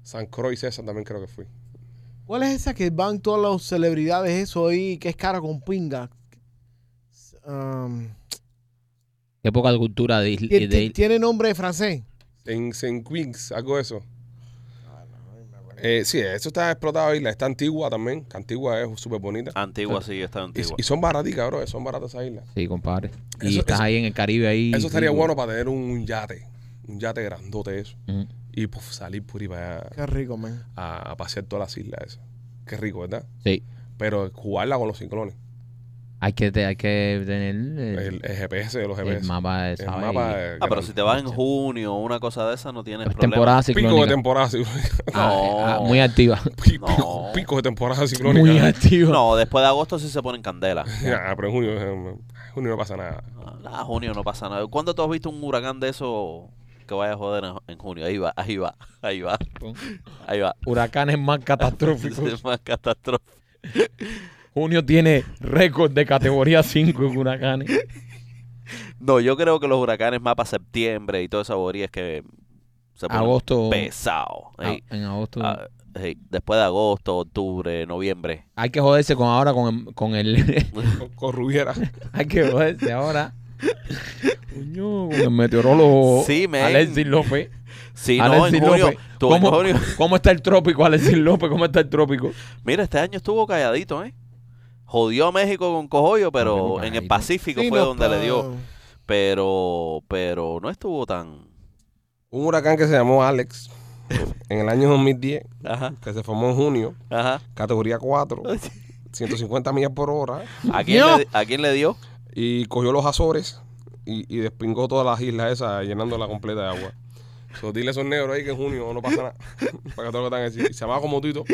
[SPEAKER 1] San Croix, esa también creo que fui.
[SPEAKER 4] Islands. ¿Cuál es esa que van todas las celebridades eso ahí que es cara con pinga? Um,
[SPEAKER 2] Qué poca cultura de, isla-
[SPEAKER 4] ti-
[SPEAKER 2] de
[SPEAKER 4] ti-
[SPEAKER 2] isla.
[SPEAKER 4] tiene nombre francés.
[SPEAKER 1] En St. Queens, algo de eso. Eh, sí, eso está explotado isla. Está antigua también. que Antigua es súper bonita.
[SPEAKER 3] Antigua, sí, está
[SPEAKER 1] Y,
[SPEAKER 3] antigua.
[SPEAKER 1] y son baraticas, bro. Son baratas esas islas.
[SPEAKER 2] Sí, compadre. Y
[SPEAKER 1] Eso-
[SPEAKER 2] estás
[SPEAKER 1] eso-
[SPEAKER 2] ahí en el Caribe ahí.
[SPEAKER 1] Eso estaría
[SPEAKER 2] rico.
[SPEAKER 1] bueno para tener un, un yate. Un yate grandote, eso.
[SPEAKER 2] Ujú.
[SPEAKER 1] Y pues, salir por ahí para allá.
[SPEAKER 4] Qué rico, man.
[SPEAKER 1] a, a pasear todas las islas esas. Qué rico, ¿verdad?
[SPEAKER 2] Sí.
[SPEAKER 1] Pero jugarla con los ciclones.
[SPEAKER 2] Hay que, te- hay que tener el,
[SPEAKER 1] El, el GPS de los
[SPEAKER 2] el
[SPEAKER 1] GPS.
[SPEAKER 2] mapa de
[SPEAKER 1] El
[SPEAKER 2] ¿sabes?
[SPEAKER 1] mapa
[SPEAKER 2] Y-
[SPEAKER 1] es
[SPEAKER 3] Ah, pero
[SPEAKER 1] grande.
[SPEAKER 3] si te vas en junio o una cosa de esa, no tienes
[SPEAKER 2] es
[SPEAKER 3] problema.
[SPEAKER 2] temporada
[SPEAKER 1] pico de
[SPEAKER 2] ciclónica.
[SPEAKER 1] temporada sí. [LAUGHS]
[SPEAKER 2] Ah,
[SPEAKER 3] No.
[SPEAKER 2] ah, muy activa.
[SPEAKER 1] Pi-
[SPEAKER 3] No.
[SPEAKER 1] pico, pico de temporada ciclónica.
[SPEAKER 2] Muy activa.
[SPEAKER 3] No, después de agosto sí se ponen candela.
[SPEAKER 1] [LAUGHS] Ah, pero en junio, eh, junio no pasa nada.
[SPEAKER 3] Ah, junio no pasa nada. ¿Cuándo tú has visto un huracán de eso que vaya a joder en, en junio? Ahí va, ahí va, ahí va, ahí va.
[SPEAKER 2] Huracanes
[SPEAKER 3] [LAUGHS]
[SPEAKER 2] más catastróficos.
[SPEAKER 3] Es más catastrófico.
[SPEAKER 2] Junio tiene récord de categoría 5 en huracanes.
[SPEAKER 3] No, yo creo que los huracanes más para septiembre y toda esa bobería es que se ponen
[SPEAKER 2] Agosto. Ah,
[SPEAKER 3] pesado.
[SPEAKER 2] a-
[SPEAKER 3] Ey,
[SPEAKER 2] en agosto.
[SPEAKER 3] ah, ey, después de agosto, octubre, noviembre.
[SPEAKER 2] Hay que joderse con ahora con, el- con el.
[SPEAKER 1] Con, con Rubiera.
[SPEAKER 2] hay que joderse ahora. Coño, con el meteorólogo
[SPEAKER 3] Sí, men.
[SPEAKER 2] Alexis López.
[SPEAKER 3] Sí, no,
[SPEAKER 2] Alexis
[SPEAKER 3] en junio.
[SPEAKER 2] López.
[SPEAKER 3] tú en
[SPEAKER 2] pues, ¿Cómo,
[SPEAKER 3] junio-
[SPEAKER 2] cómo está el trópico, Alexis López? ¿Cómo está el trópico?
[SPEAKER 3] Mira, este año estuvo calladito, ¿eh? Jodió a México con cojollo,
[SPEAKER 2] Estuvo
[SPEAKER 3] pero en el
[SPEAKER 2] calladito.
[SPEAKER 3] Pacífico
[SPEAKER 4] Sí,
[SPEAKER 3] fue
[SPEAKER 4] no,
[SPEAKER 3] donde le dio.
[SPEAKER 4] pa-
[SPEAKER 3] Pero, pero no estuvo tan.
[SPEAKER 1] [LAUGHS] Un huracán que se llamó Alex en el año 2010,
[SPEAKER 3] Ajá,
[SPEAKER 1] que se formó en junio,
[SPEAKER 3] ajá.
[SPEAKER 1] categoría 4, 150 millas por hora,
[SPEAKER 3] [LAUGHS] ¿A quién,
[SPEAKER 4] No.
[SPEAKER 3] le, a quién le dio?
[SPEAKER 1] y cogió los Azores y, y despingó todas las islas esas, llenándola completa de
[SPEAKER 2] [LAUGHS]
[SPEAKER 1] agua. So, dile a esos negros ahí que en junio no pasa nada. [LAUGHS] Para que todo lo que están así. Se llamaba como tú y todo.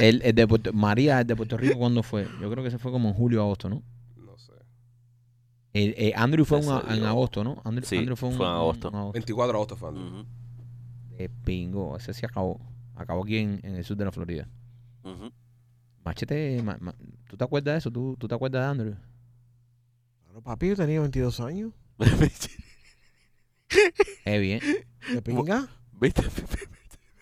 [SPEAKER 2] El, el de Puerto- María, el de Puerto Rico, ¿cuándo fue? Yo creo que se fue como en julio agosto, ¿no?
[SPEAKER 1] No sé.
[SPEAKER 2] El, eh, Andrew fue en,
[SPEAKER 3] Ese
[SPEAKER 2] a- en
[SPEAKER 3] yo.
[SPEAKER 2] agosto, ¿no? Andrew,
[SPEAKER 3] Sí,
[SPEAKER 2] Andrew un-
[SPEAKER 3] fue en agosto.
[SPEAKER 1] 24 de agosto fue Andrew.
[SPEAKER 3] Ujú,
[SPEAKER 2] Eh, pingo, ese se acabó. Acabó aquí en, en el sur de la Florida.
[SPEAKER 3] ujú. [LAUGHS]
[SPEAKER 2] Machete, ma- ma- ¿tú te acuerdas de eso? ¿Tú, tú te acuerdas de Andrew?
[SPEAKER 4] I Pero papi, yo tenía 22 años.
[SPEAKER 2] Es bien.
[SPEAKER 4] ¿De pinga?
[SPEAKER 3] ¿Viste?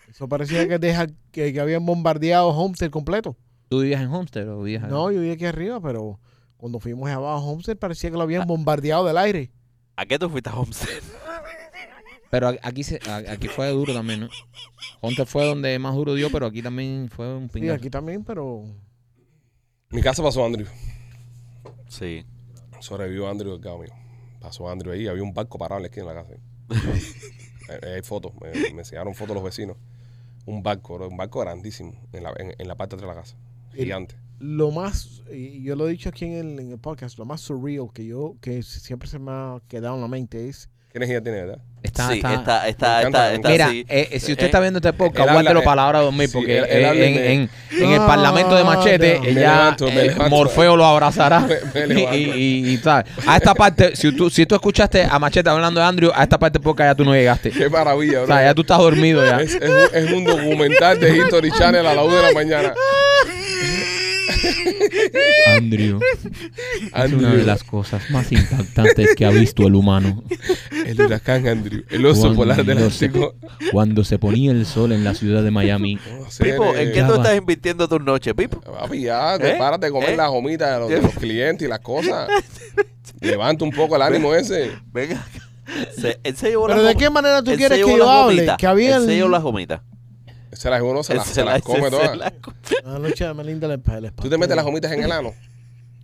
[SPEAKER 4] Eso parecía que, deja, que, que habían bombardeado Homestead completo.
[SPEAKER 2] ¿Tú vivías en Homestead o vivías
[SPEAKER 4] No, yo vivía aquí arriba, pero cuando fuimos allá abajo a Homestead parecía que lo habían bombardeado del aire.
[SPEAKER 3] ¿A qué tú fuiste a Homestead?
[SPEAKER 2] Pero a- aquí se, a- aquí fue duro también, ¿no? Homestead fue donde más duro dio, pero aquí también fue un
[SPEAKER 4] Sí,
[SPEAKER 2] pingazo.
[SPEAKER 4] aquí también, pero...
[SPEAKER 1] Mi casa pasó Andrew.
[SPEAKER 3] Sí.
[SPEAKER 1] Sobrevivió Andrew delgado mío. Pasó Andrew ahí. Había un barco parado en la esquina de la
[SPEAKER 2] [LAUGHS]
[SPEAKER 1] casa. Eh, eh, Hay fotos. Me, me enseñaron fotos los vecinos. Un barco, bro, un barco grandísimo en la, en, en la parte de atrás de la casa.
[SPEAKER 4] El-
[SPEAKER 1] Gigante.
[SPEAKER 4] lo más, y yo lo he dicho aquí en el, en el podcast, lo más surreal que yo, que siempre se me ha quedado en la mente es,
[SPEAKER 1] ¿Quieres ir a tener, verdad?
[SPEAKER 2] Está,
[SPEAKER 3] sí,
[SPEAKER 2] está.
[SPEAKER 3] está,
[SPEAKER 1] me
[SPEAKER 3] está,
[SPEAKER 1] encanta,
[SPEAKER 3] está,
[SPEAKER 1] me
[SPEAKER 3] está
[SPEAKER 2] Mira,
[SPEAKER 3] así.
[SPEAKER 2] eh, eh, si usted
[SPEAKER 3] Eh,
[SPEAKER 2] está viendo este podcast,
[SPEAKER 1] habla-
[SPEAKER 2] guárdelo
[SPEAKER 1] eh,
[SPEAKER 2] para la hora de dormir,
[SPEAKER 1] sí,
[SPEAKER 2] porque
[SPEAKER 1] él- él
[SPEAKER 2] eh,
[SPEAKER 1] habla y
[SPEAKER 2] en,
[SPEAKER 1] me-
[SPEAKER 2] en- en el Parlamento de Machete,
[SPEAKER 4] Me
[SPEAKER 2] ella,
[SPEAKER 1] levanto, me
[SPEAKER 2] eh,
[SPEAKER 1] levanto.
[SPEAKER 2] Morfeo lo abrazará.
[SPEAKER 1] [LAUGHS] Me- me
[SPEAKER 2] y,
[SPEAKER 1] levanto.
[SPEAKER 2] y- y, ¿sabes? A esta parte, si tú, si tú escuchaste a Machete hablando de Andrew, a esta parte del podcast ya tú no llegaste.
[SPEAKER 1] Qué maravilla,
[SPEAKER 2] O
[SPEAKER 1] bro.
[SPEAKER 2] sea, ya tú estás dormido
[SPEAKER 1] [LAUGHS]
[SPEAKER 2] ya.
[SPEAKER 1] es, es un, es un documental de History Channel a la 1 de la mañana.
[SPEAKER 2] Andrew es
[SPEAKER 1] Andrew,
[SPEAKER 2] una de las cosas más impactantes que ha visto el humano.
[SPEAKER 1] el huracán Andrew, el oso
[SPEAKER 2] Cuando
[SPEAKER 1] polar del
[SPEAKER 2] se-
[SPEAKER 1] Ártico.
[SPEAKER 2] [LAUGHS] Cuando se ponía el sol en la ciudad de Miami,
[SPEAKER 1] No sé,
[SPEAKER 3] Pipo, ¿en
[SPEAKER 1] eh,
[SPEAKER 3] qué
[SPEAKER 2] Ya
[SPEAKER 3] tú
[SPEAKER 2] va.
[SPEAKER 3] estás invirtiendo tus noches, Pipo?
[SPEAKER 1] Papi, ya, te
[SPEAKER 3] ¿Eh?
[SPEAKER 1] paras de comer
[SPEAKER 3] ¿Eh?
[SPEAKER 1] las gomitas de los, de los clientes y las
[SPEAKER 3] [LAUGHS]
[SPEAKER 1] cosas. Levanta un poco el ánimo ese. [LAUGHS]
[SPEAKER 3] Venga. Se, él se llevó
[SPEAKER 4] pero
[SPEAKER 3] las
[SPEAKER 4] ¿de
[SPEAKER 3] gom-
[SPEAKER 4] qué manera tú
[SPEAKER 3] él se
[SPEAKER 4] quieres
[SPEAKER 3] llevó
[SPEAKER 4] que yo
[SPEAKER 3] las
[SPEAKER 4] hable?
[SPEAKER 3] gomitas,
[SPEAKER 4] Que había
[SPEAKER 3] Él se
[SPEAKER 4] el-
[SPEAKER 3] llevó las gomitas.
[SPEAKER 1] Se las uno se
[SPEAKER 3] Él
[SPEAKER 1] las,
[SPEAKER 3] se
[SPEAKER 1] se las
[SPEAKER 3] las- [LAUGHS]
[SPEAKER 1] come
[SPEAKER 3] se
[SPEAKER 1] todas.
[SPEAKER 3] las come.
[SPEAKER 4] la noche Ah, me linda la espalda.
[SPEAKER 1] Tú te metes las gomitas en el ano.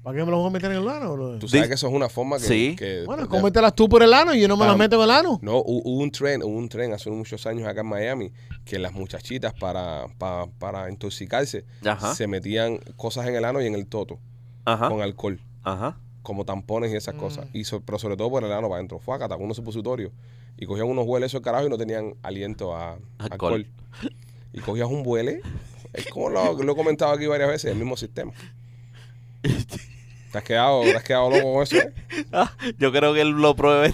[SPEAKER 4] ¿Para qué me las voy a meter en el ano? bro?
[SPEAKER 1] Tú sabes
[SPEAKER 3] Dice-
[SPEAKER 1] que eso es una forma que.
[SPEAKER 3] Sí.
[SPEAKER 1] que-
[SPEAKER 4] Bueno,
[SPEAKER 1] de-
[SPEAKER 4] cómetelas tú por el ano y yo no me las
[SPEAKER 3] Ah,
[SPEAKER 1] Tam-
[SPEAKER 4] meto en el ano.
[SPEAKER 1] No, hu- hubo un tren, hubo un tren hace muchos años acá en Miami que las muchachitas para, pa- para intoxicarse
[SPEAKER 3] Ajá. Ah.
[SPEAKER 1] se metían cosas en el ano y en el toto
[SPEAKER 3] Ajá.
[SPEAKER 1] con alcohol.
[SPEAKER 3] Ajá.
[SPEAKER 1] como tampones y esas
[SPEAKER 4] Mm.
[SPEAKER 1] cosas. Y so- pero sobre todo por el ano para adentro. Fue acá, unos supositorios. Y cogían unos hueles esos carajo y no tenían aliento a alcohol.
[SPEAKER 3] Alcohol.
[SPEAKER 1] Y cogías un huele. Es como lo, lo he comentado aquí varias veces, el mismo sistema. ¿Te has quedado, te has quedado loco con eso? eh?
[SPEAKER 3] Ah, [LAUGHS] yo creo que él lo
[SPEAKER 4] [LAUGHS]
[SPEAKER 3] pruebe.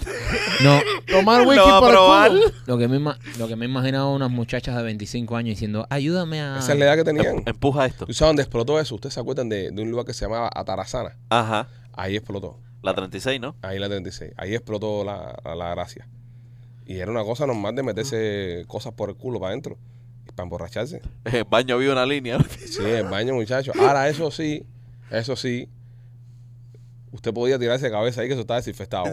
[SPEAKER 2] no,
[SPEAKER 4] Tomar
[SPEAKER 3] Lo
[SPEAKER 4] whisky
[SPEAKER 3] va a
[SPEAKER 4] por el
[SPEAKER 3] probar.
[SPEAKER 4] culo.
[SPEAKER 2] lo que me, ima- lo que me imaginaba unas muchachas de 25 años diciendo, ayúdame a...
[SPEAKER 1] Esa es la edad que tenían.
[SPEAKER 3] Em, Empuja esto.
[SPEAKER 1] ¿Tú sabes dónde explotó eso? ¿Ustedes se acuerdan de, de un lugar que se llamaba Atarazana?
[SPEAKER 3] Ajá.
[SPEAKER 1] Ahí explotó.
[SPEAKER 3] La 36, ¿no? [LAUGHS]
[SPEAKER 1] Ahí en la 36. Ahí explotó la, la, la gracia. Y era una cosa normal de meterse cosas por el culo para adentro. y Para emborracharse.
[SPEAKER 3] En el baño había
[SPEAKER 1] [LAUGHS]
[SPEAKER 3] una línea.
[SPEAKER 1] Sí, el baño, muchachos. Ahora, eso sí, eso sí, usted podía tirarse de cabeza ahí que eso está
[SPEAKER 4] [LAUGHS]
[SPEAKER 1] desinfectado.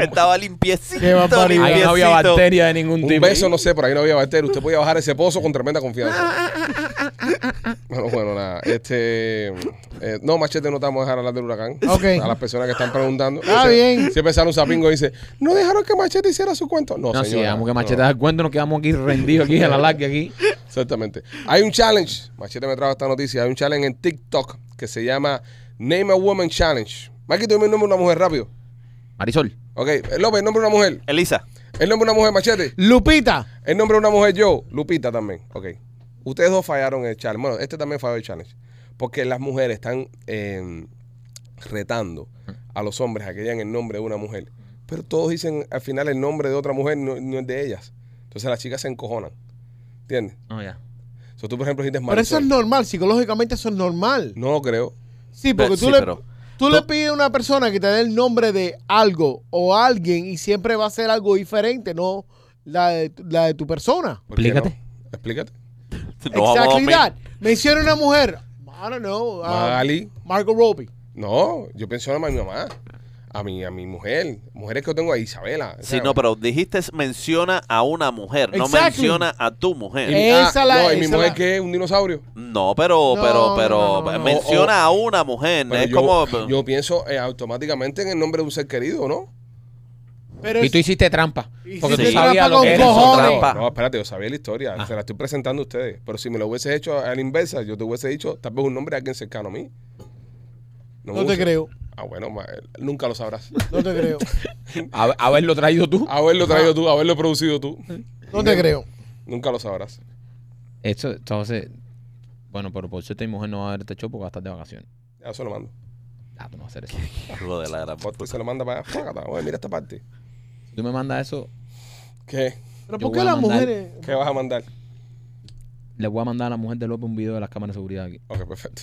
[SPEAKER 3] Estaba limpiecito.
[SPEAKER 4] Qué barbaridad.
[SPEAKER 2] Ahí no había
[SPEAKER 3] limpiecito.
[SPEAKER 2] bacteria de ningún
[SPEAKER 1] Un
[SPEAKER 2] tipo.
[SPEAKER 1] beso, no sé, por ahí no había bacteria. Usted podía bajar ese pozo con tremenda
[SPEAKER 4] Ah,
[SPEAKER 1] confianza. Bueno, bueno, nada. Este, eh, no, machete, no te vamos a dejar hablar del huracán.
[SPEAKER 4] Ok.
[SPEAKER 1] A las personas que están preguntando.
[SPEAKER 4] Está
[SPEAKER 1] Ese-
[SPEAKER 4] bien.
[SPEAKER 1] Siempre sale un sapingo y dice, ¿no dejaron que machete hiciera su cuento? No,
[SPEAKER 2] No, si
[SPEAKER 1] señora,
[SPEAKER 2] dejamos que
[SPEAKER 1] no.
[SPEAKER 2] machete el cuento, nos quedamos aquí rendidos aquí a la larga aquí.
[SPEAKER 1] Exactamente. Hay un challenge. Machete me trajo esta noticia. Hay un challenge en TikTok que se llama Name a Woman Challenge. Mikey, tú dime el nombre de una mujer rápido.
[SPEAKER 2] Marisol,
[SPEAKER 1] Ok, López, el nombre de una mujer.
[SPEAKER 3] Elisa,
[SPEAKER 1] El nombre de una mujer, Machete.
[SPEAKER 4] Lupita.
[SPEAKER 1] El nombre de una mujer, yo. Lupita también. Ok. Ustedes dos fallaron el challenge. Bueno, este también falló el challenge. Porque las mujeres están eh, retando a los hombres a que digan el nombre de una mujer. Pero todos dicen al final el nombre de otra mujer, no, no es de ellas. Entonces las chicas se encojonan. ¿Entiendes?
[SPEAKER 2] no, ya.
[SPEAKER 1] So, tú, por ejemplo, dices
[SPEAKER 4] Pero eso
[SPEAKER 1] Marisol.
[SPEAKER 4] es normal, psicológicamente eso es normal.
[SPEAKER 1] No lo creo.
[SPEAKER 4] Sí,
[SPEAKER 3] Pero-
[SPEAKER 4] porque tú,
[SPEAKER 3] Eh, sí,
[SPEAKER 4] le,
[SPEAKER 3] pero-
[SPEAKER 4] tú le pides a una persona que te dé el nombre de algo o alguien y siempre va a ser algo diferente, no la de, tu- la de tu persona.
[SPEAKER 1] ¿Por qué
[SPEAKER 2] Explícate.
[SPEAKER 1] no? Explícate.
[SPEAKER 3] no vamos a
[SPEAKER 4] Exactidad.
[SPEAKER 3] dormir.
[SPEAKER 4] Me hicieron una mujer. I don't know. ah,
[SPEAKER 1] Magali.
[SPEAKER 4] Margot Robbie.
[SPEAKER 1] No, yo pienso en mi mamá. A mi, a mi mujer. Mujeres que yo tengo a Isabela.
[SPEAKER 3] Sí,
[SPEAKER 1] ¿sabes?
[SPEAKER 3] no, pero dijiste menciona a una mujer, no
[SPEAKER 4] Exactly.
[SPEAKER 3] menciona a tu mujer.
[SPEAKER 4] Eh, Esa la-
[SPEAKER 1] ah, no, ¿y mi
[SPEAKER 4] esa
[SPEAKER 1] mujer
[SPEAKER 4] la-
[SPEAKER 1] qué? ¿Un dinosaurio?
[SPEAKER 3] No, pero,
[SPEAKER 4] No,
[SPEAKER 3] pero,
[SPEAKER 4] no,
[SPEAKER 3] pero,
[SPEAKER 4] no, no, no.
[SPEAKER 3] menciona a una mujer.
[SPEAKER 1] Pero
[SPEAKER 3] es
[SPEAKER 1] yo,
[SPEAKER 3] como.
[SPEAKER 1] yo pienso eh, automáticamente en el nombre de un ser querido, ¿no?
[SPEAKER 4] Pero
[SPEAKER 2] Y tú
[SPEAKER 4] es-
[SPEAKER 2] hiciste trampa. Porque
[SPEAKER 4] Hiciste
[SPEAKER 2] tú sabías
[SPEAKER 4] trampa
[SPEAKER 2] lo
[SPEAKER 4] con
[SPEAKER 2] que era eso,
[SPEAKER 4] cojones.
[SPEAKER 2] trampa.
[SPEAKER 3] Ah.
[SPEAKER 1] No, espérate, yo sabía la historia. Se la estoy presentando a ustedes. Pero si me lo hubiese hecho a la inversa, yo te hubiese dicho tal vez un nombre de alguien cercano a mí. me
[SPEAKER 4] no te
[SPEAKER 1] gusta.
[SPEAKER 4] creo.
[SPEAKER 1] Ah, bueno, ma- nunca lo sabrás.
[SPEAKER 4] No te creo.
[SPEAKER 2] Hab- Haberlo traído tú.
[SPEAKER 1] Haberlo traído tú, haberlo producido
[SPEAKER 4] [LAUGHS]
[SPEAKER 1] tú.
[SPEAKER 4] No
[SPEAKER 3] [LAUGHS]
[SPEAKER 4] te creo.
[SPEAKER 1] Nunca lo sabrás.
[SPEAKER 2] Esto, entonces, bueno, pero por suerte mi mujer no va a ver este show porque va a estar de vacaciones.
[SPEAKER 1] Ya se lo mando.
[SPEAKER 2] Ah, tú no vas a hacer eso.
[SPEAKER 3] Hijo de la gran
[SPEAKER 1] Foto y
[SPEAKER 3] puta.
[SPEAKER 1] se lo manda para allá. Fácata. Oye, mira esta parte.
[SPEAKER 2] Tú me mandas eso,
[SPEAKER 1] ¿Qué?
[SPEAKER 2] Yo
[SPEAKER 4] Pero ¿por
[SPEAKER 2] voy
[SPEAKER 4] qué
[SPEAKER 2] a
[SPEAKER 4] las
[SPEAKER 2] mandar-
[SPEAKER 4] mujeres?
[SPEAKER 1] ¿Qué vas a mandar?
[SPEAKER 2] le voy a mandar a la mujer de López un video de las cámaras de seguridad aquí.
[SPEAKER 1] Ok, perfecto.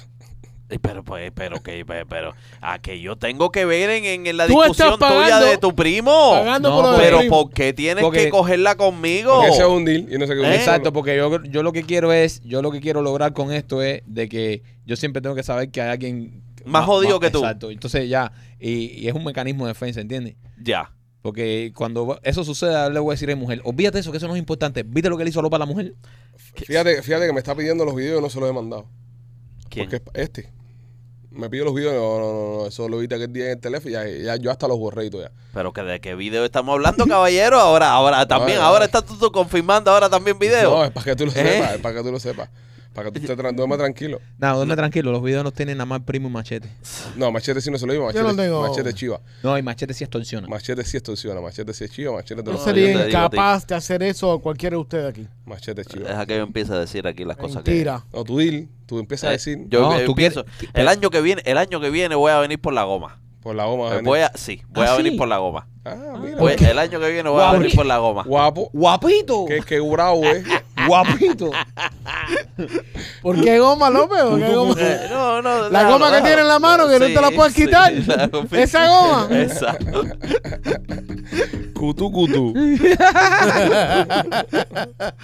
[SPEAKER 3] Eh, Pero, pues, pero, que, pe- pero, a que yo tengo que ver en, en- en la
[SPEAKER 4] Tú estás
[SPEAKER 3] discusión tuya
[SPEAKER 4] pagando-
[SPEAKER 3] de tu primo.
[SPEAKER 4] Pagando
[SPEAKER 2] No,
[SPEAKER 4] por lo de
[SPEAKER 3] Pero,
[SPEAKER 4] primo.
[SPEAKER 3] ¿por qué tienes
[SPEAKER 2] Porque-
[SPEAKER 3] que cogerla conmigo?
[SPEAKER 1] Porque ese es un deal y no sé qué.
[SPEAKER 3] ¿Eh?
[SPEAKER 2] Exacto, porque yo, yo lo que quiero es, yo lo que quiero lograr con esto es de que yo siempre tengo que saber que hay alguien
[SPEAKER 3] Más jodido que tú.
[SPEAKER 2] Exacto, entonces ya, y, y es un mecanismo de defensa, ¿entiendes?
[SPEAKER 3] Ya.
[SPEAKER 2] Porque cuando eso suceda, le voy a decir a la mujer, olvídate eso, que eso no es importante. ¿Viste lo que le hizo López a la mujer?
[SPEAKER 1] Fíjate, fíjate que me está pidiendo los videos y no se los he mandado.
[SPEAKER 3] ¿Quién?
[SPEAKER 1] Porque es- este. Me pidió los videos, no, no, no, no, eso lo vi aquel día en el teléfono y ya, ya yo hasta los borré y todo ya.
[SPEAKER 3] Pero que de qué video estamos hablando, caballero. Ahora, ahora también,
[SPEAKER 1] Vale,
[SPEAKER 3] ahora
[SPEAKER 1] vale.
[SPEAKER 3] estás tú, tú confirmando ahora también video.
[SPEAKER 1] No, es para que tú lo
[SPEAKER 3] ¿Eh?
[SPEAKER 1] sepas, es para que tú lo sepas. Para que tú te tra- duermas tranquilo.
[SPEAKER 2] Nada, duerme tranquilo, los videos no tienen nada más primo y machete.
[SPEAKER 1] No, machete sí no se lo digo, machete,
[SPEAKER 4] Yo no tengo-
[SPEAKER 1] machete chiva.
[SPEAKER 2] No, y machete sí extorsiona.
[SPEAKER 1] Machete sí extorsiona, machete sí es chiva, machete te
[SPEAKER 4] Yo
[SPEAKER 1] lo
[SPEAKER 3] No,
[SPEAKER 4] sería
[SPEAKER 3] yo te digo a ti.
[SPEAKER 4] incapaz de hacer eso a cualquiera de ustedes aquí.
[SPEAKER 1] Machete es chiva.
[SPEAKER 3] Deja que yo empiece a decir aquí las cosas que. [LAUGHS]
[SPEAKER 4] Mentira.
[SPEAKER 1] No, tú dil, tú empiezas a
[SPEAKER 3] Eh,
[SPEAKER 1] decir
[SPEAKER 3] Yo
[SPEAKER 2] No,
[SPEAKER 3] eh,
[SPEAKER 2] tú
[SPEAKER 3] pienso, el año que viene, el año que viene voy a venir por la goma.
[SPEAKER 1] por la goma.
[SPEAKER 3] Eh,
[SPEAKER 1] Dani.
[SPEAKER 3] Voy a, sí, voy
[SPEAKER 2] ¿Ah,
[SPEAKER 3] a
[SPEAKER 2] sí?
[SPEAKER 3] venir por la goma.
[SPEAKER 1] Ah, mira.
[SPEAKER 3] Voy- el año que viene voy a
[SPEAKER 2] Guau,
[SPEAKER 3] venir
[SPEAKER 2] ¿qué?
[SPEAKER 3] por la goma.
[SPEAKER 1] Guapo,
[SPEAKER 2] ¡Guapito!
[SPEAKER 1] que, que bravo, eh.
[SPEAKER 2] ¡Guapito!
[SPEAKER 4] ¿Por qué goma, López? ¿Por qué
[SPEAKER 1] [LAUGHS]
[SPEAKER 4] goma?
[SPEAKER 3] Eh, no, no,
[SPEAKER 4] La
[SPEAKER 3] déjalo,
[SPEAKER 4] goma que
[SPEAKER 3] déjalo.
[SPEAKER 4] tiene en la mano, que no te la puedes quitar.
[SPEAKER 3] [LAUGHS] la goma.
[SPEAKER 4] Esa goma.
[SPEAKER 3] Exacto.
[SPEAKER 1] Cutu, cutu. [LAUGHS]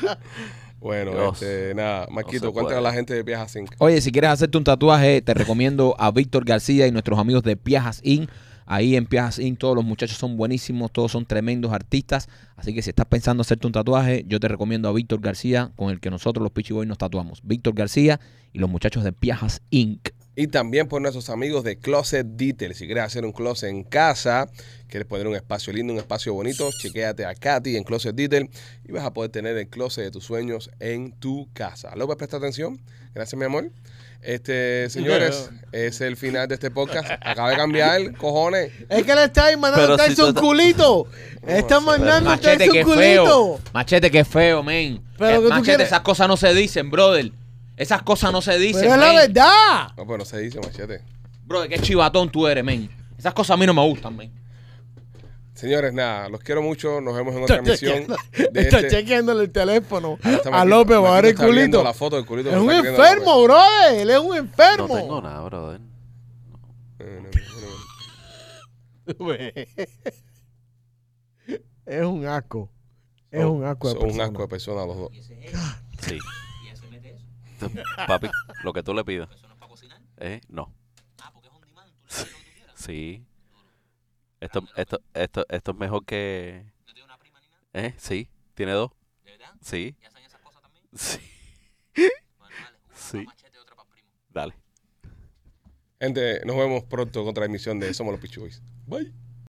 [SPEAKER 1] bueno,
[SPEAKER 3] Dios.
[SPEAKER 1] este, nada,
[SPEAKER 3] No
[SPEAKER 1] Marquito,
[SPEAKER 3] se
[SPEAKER 1] cuéntale a
[SPEAKER 3] puede.
[SPEAKER 1] la gente de Piaja 5.
[SPEAKER 2] Oye, si quieres hacerte un tatuaje, te recomiendo a Víctor García y nuestros amigos de Piajas Inc. Ahí en Piajas Inc. todos los muchachos son buenísimos, todos son tremendos artistas. Así que si estás pensando hacerte un tatuaje, yo te recomiendo a Víctor García, con el que nosotros los Peachy Boys nos tatuamos. Víctor García y los muchachos de Piajas Inc.
[SPEAKER 1] Y también por nuestros amigos de Closet Detail. Si quieres hacer un closet en casa, quieres poner un espacio lindo, un espacio bonito, chequéate a Katy en Closet Detail y vas a poder tener el closet de tus sueños en tu casa. López, presta atención. Gracias, mi amor. Este, señores, es el final de este podcast. Acaba de cambiar, cojones.
[SPEAKER 4] Es que le estáis mandando
[SPEAKER 3] Pero
[SPEAKER 4] a
[SPEAKER 3] si tú
[SPEAKER 4] Tyson
[SPEAKER 1] [LAUGHS]
[SPEAKER 3] estás-
[SPEAKER 4] culito. Están mandando a
[SPEAKER 2] Machete,
[SPEAKER 4] Tyson
[SPEAKER 2] que
[SPEAKER 4] culito.
[SPEAKER 2] feo. Machete, que feo, men.
[SPEAKER 4] Pero
[SPEAKER 2] Eh,
[SPEAKER 4] que tú
[SPEAKER 2] Machete,
[SPEAKER 4] quieres-
[SPEAKER 2] esas cosas no se dicen, brother. Esas cosas no se dicen,
[SPEAKER 4] Pero es la
[SPEAKER 2] men.
[SPEAKER 4] verdad.
[SPEAKER 1] No, pero no se dice, machete.
[SPEAKER 2] Brother, qué chivatón tú eres, men. Esas cosas a mí no me gustan, men.
[SPEAKER 1] Señores, nada, los quiero mucho. Nos vemos en otra
[SPEAKER 4] Está
[SPEAKER 1] emisión.
[SPEAKER 4] chequeando,
[SPEAKER 1] de este-
[SPEAKER 4] está
[SPEAKER 1] Ah,
[SPEAKER 4] chequeándole el teléfono
[SPEAKER 1] Ahora está
[SPEAKER 4] a
[SPEAKER 1] Marquito.
[SPEAKER 4] López va a ver el
[SPEAKER 1] Marquito está viendo
[SPEAKER 4] culito.
[SPEAKER 1] La foto del culito
[SPEAKER 4] Es
[SPEAKER 1] que
[SPEAKER 4] un
[SPEAKER 1] está queriendo López.
[SPEAKER 4] enfermo, brother. Él es un
[SPEAKER 3] No
[SPEAKER 4] enfermo.
[SPEAKER 3] tengo nada, brother.
[SPEAKER 1] Eh, no, no, no.
[SPEAKER 4] [LAUGHS] es un asco. Es
[SPEAKER 1] Son-
[SPEAKER 4] un asco de
[SPEAKER 1] son Oh, un
[SPEAKER 4] persona.
[SPEAKER 1] asco de persona los dos.
[SPEAKER 3] Sí. Papi, lo que tú le pidas. ¿Eh? No. Sí. Esto, esto, esto, esto es mejor que. ¿Eh? Sí. ¿Tiene dos? Sí. Sí. Sí. Dale.
[SPEAKER 1] Gente, nos vemos pronto con otra emisión de Somos los Pichu Boys. Bye.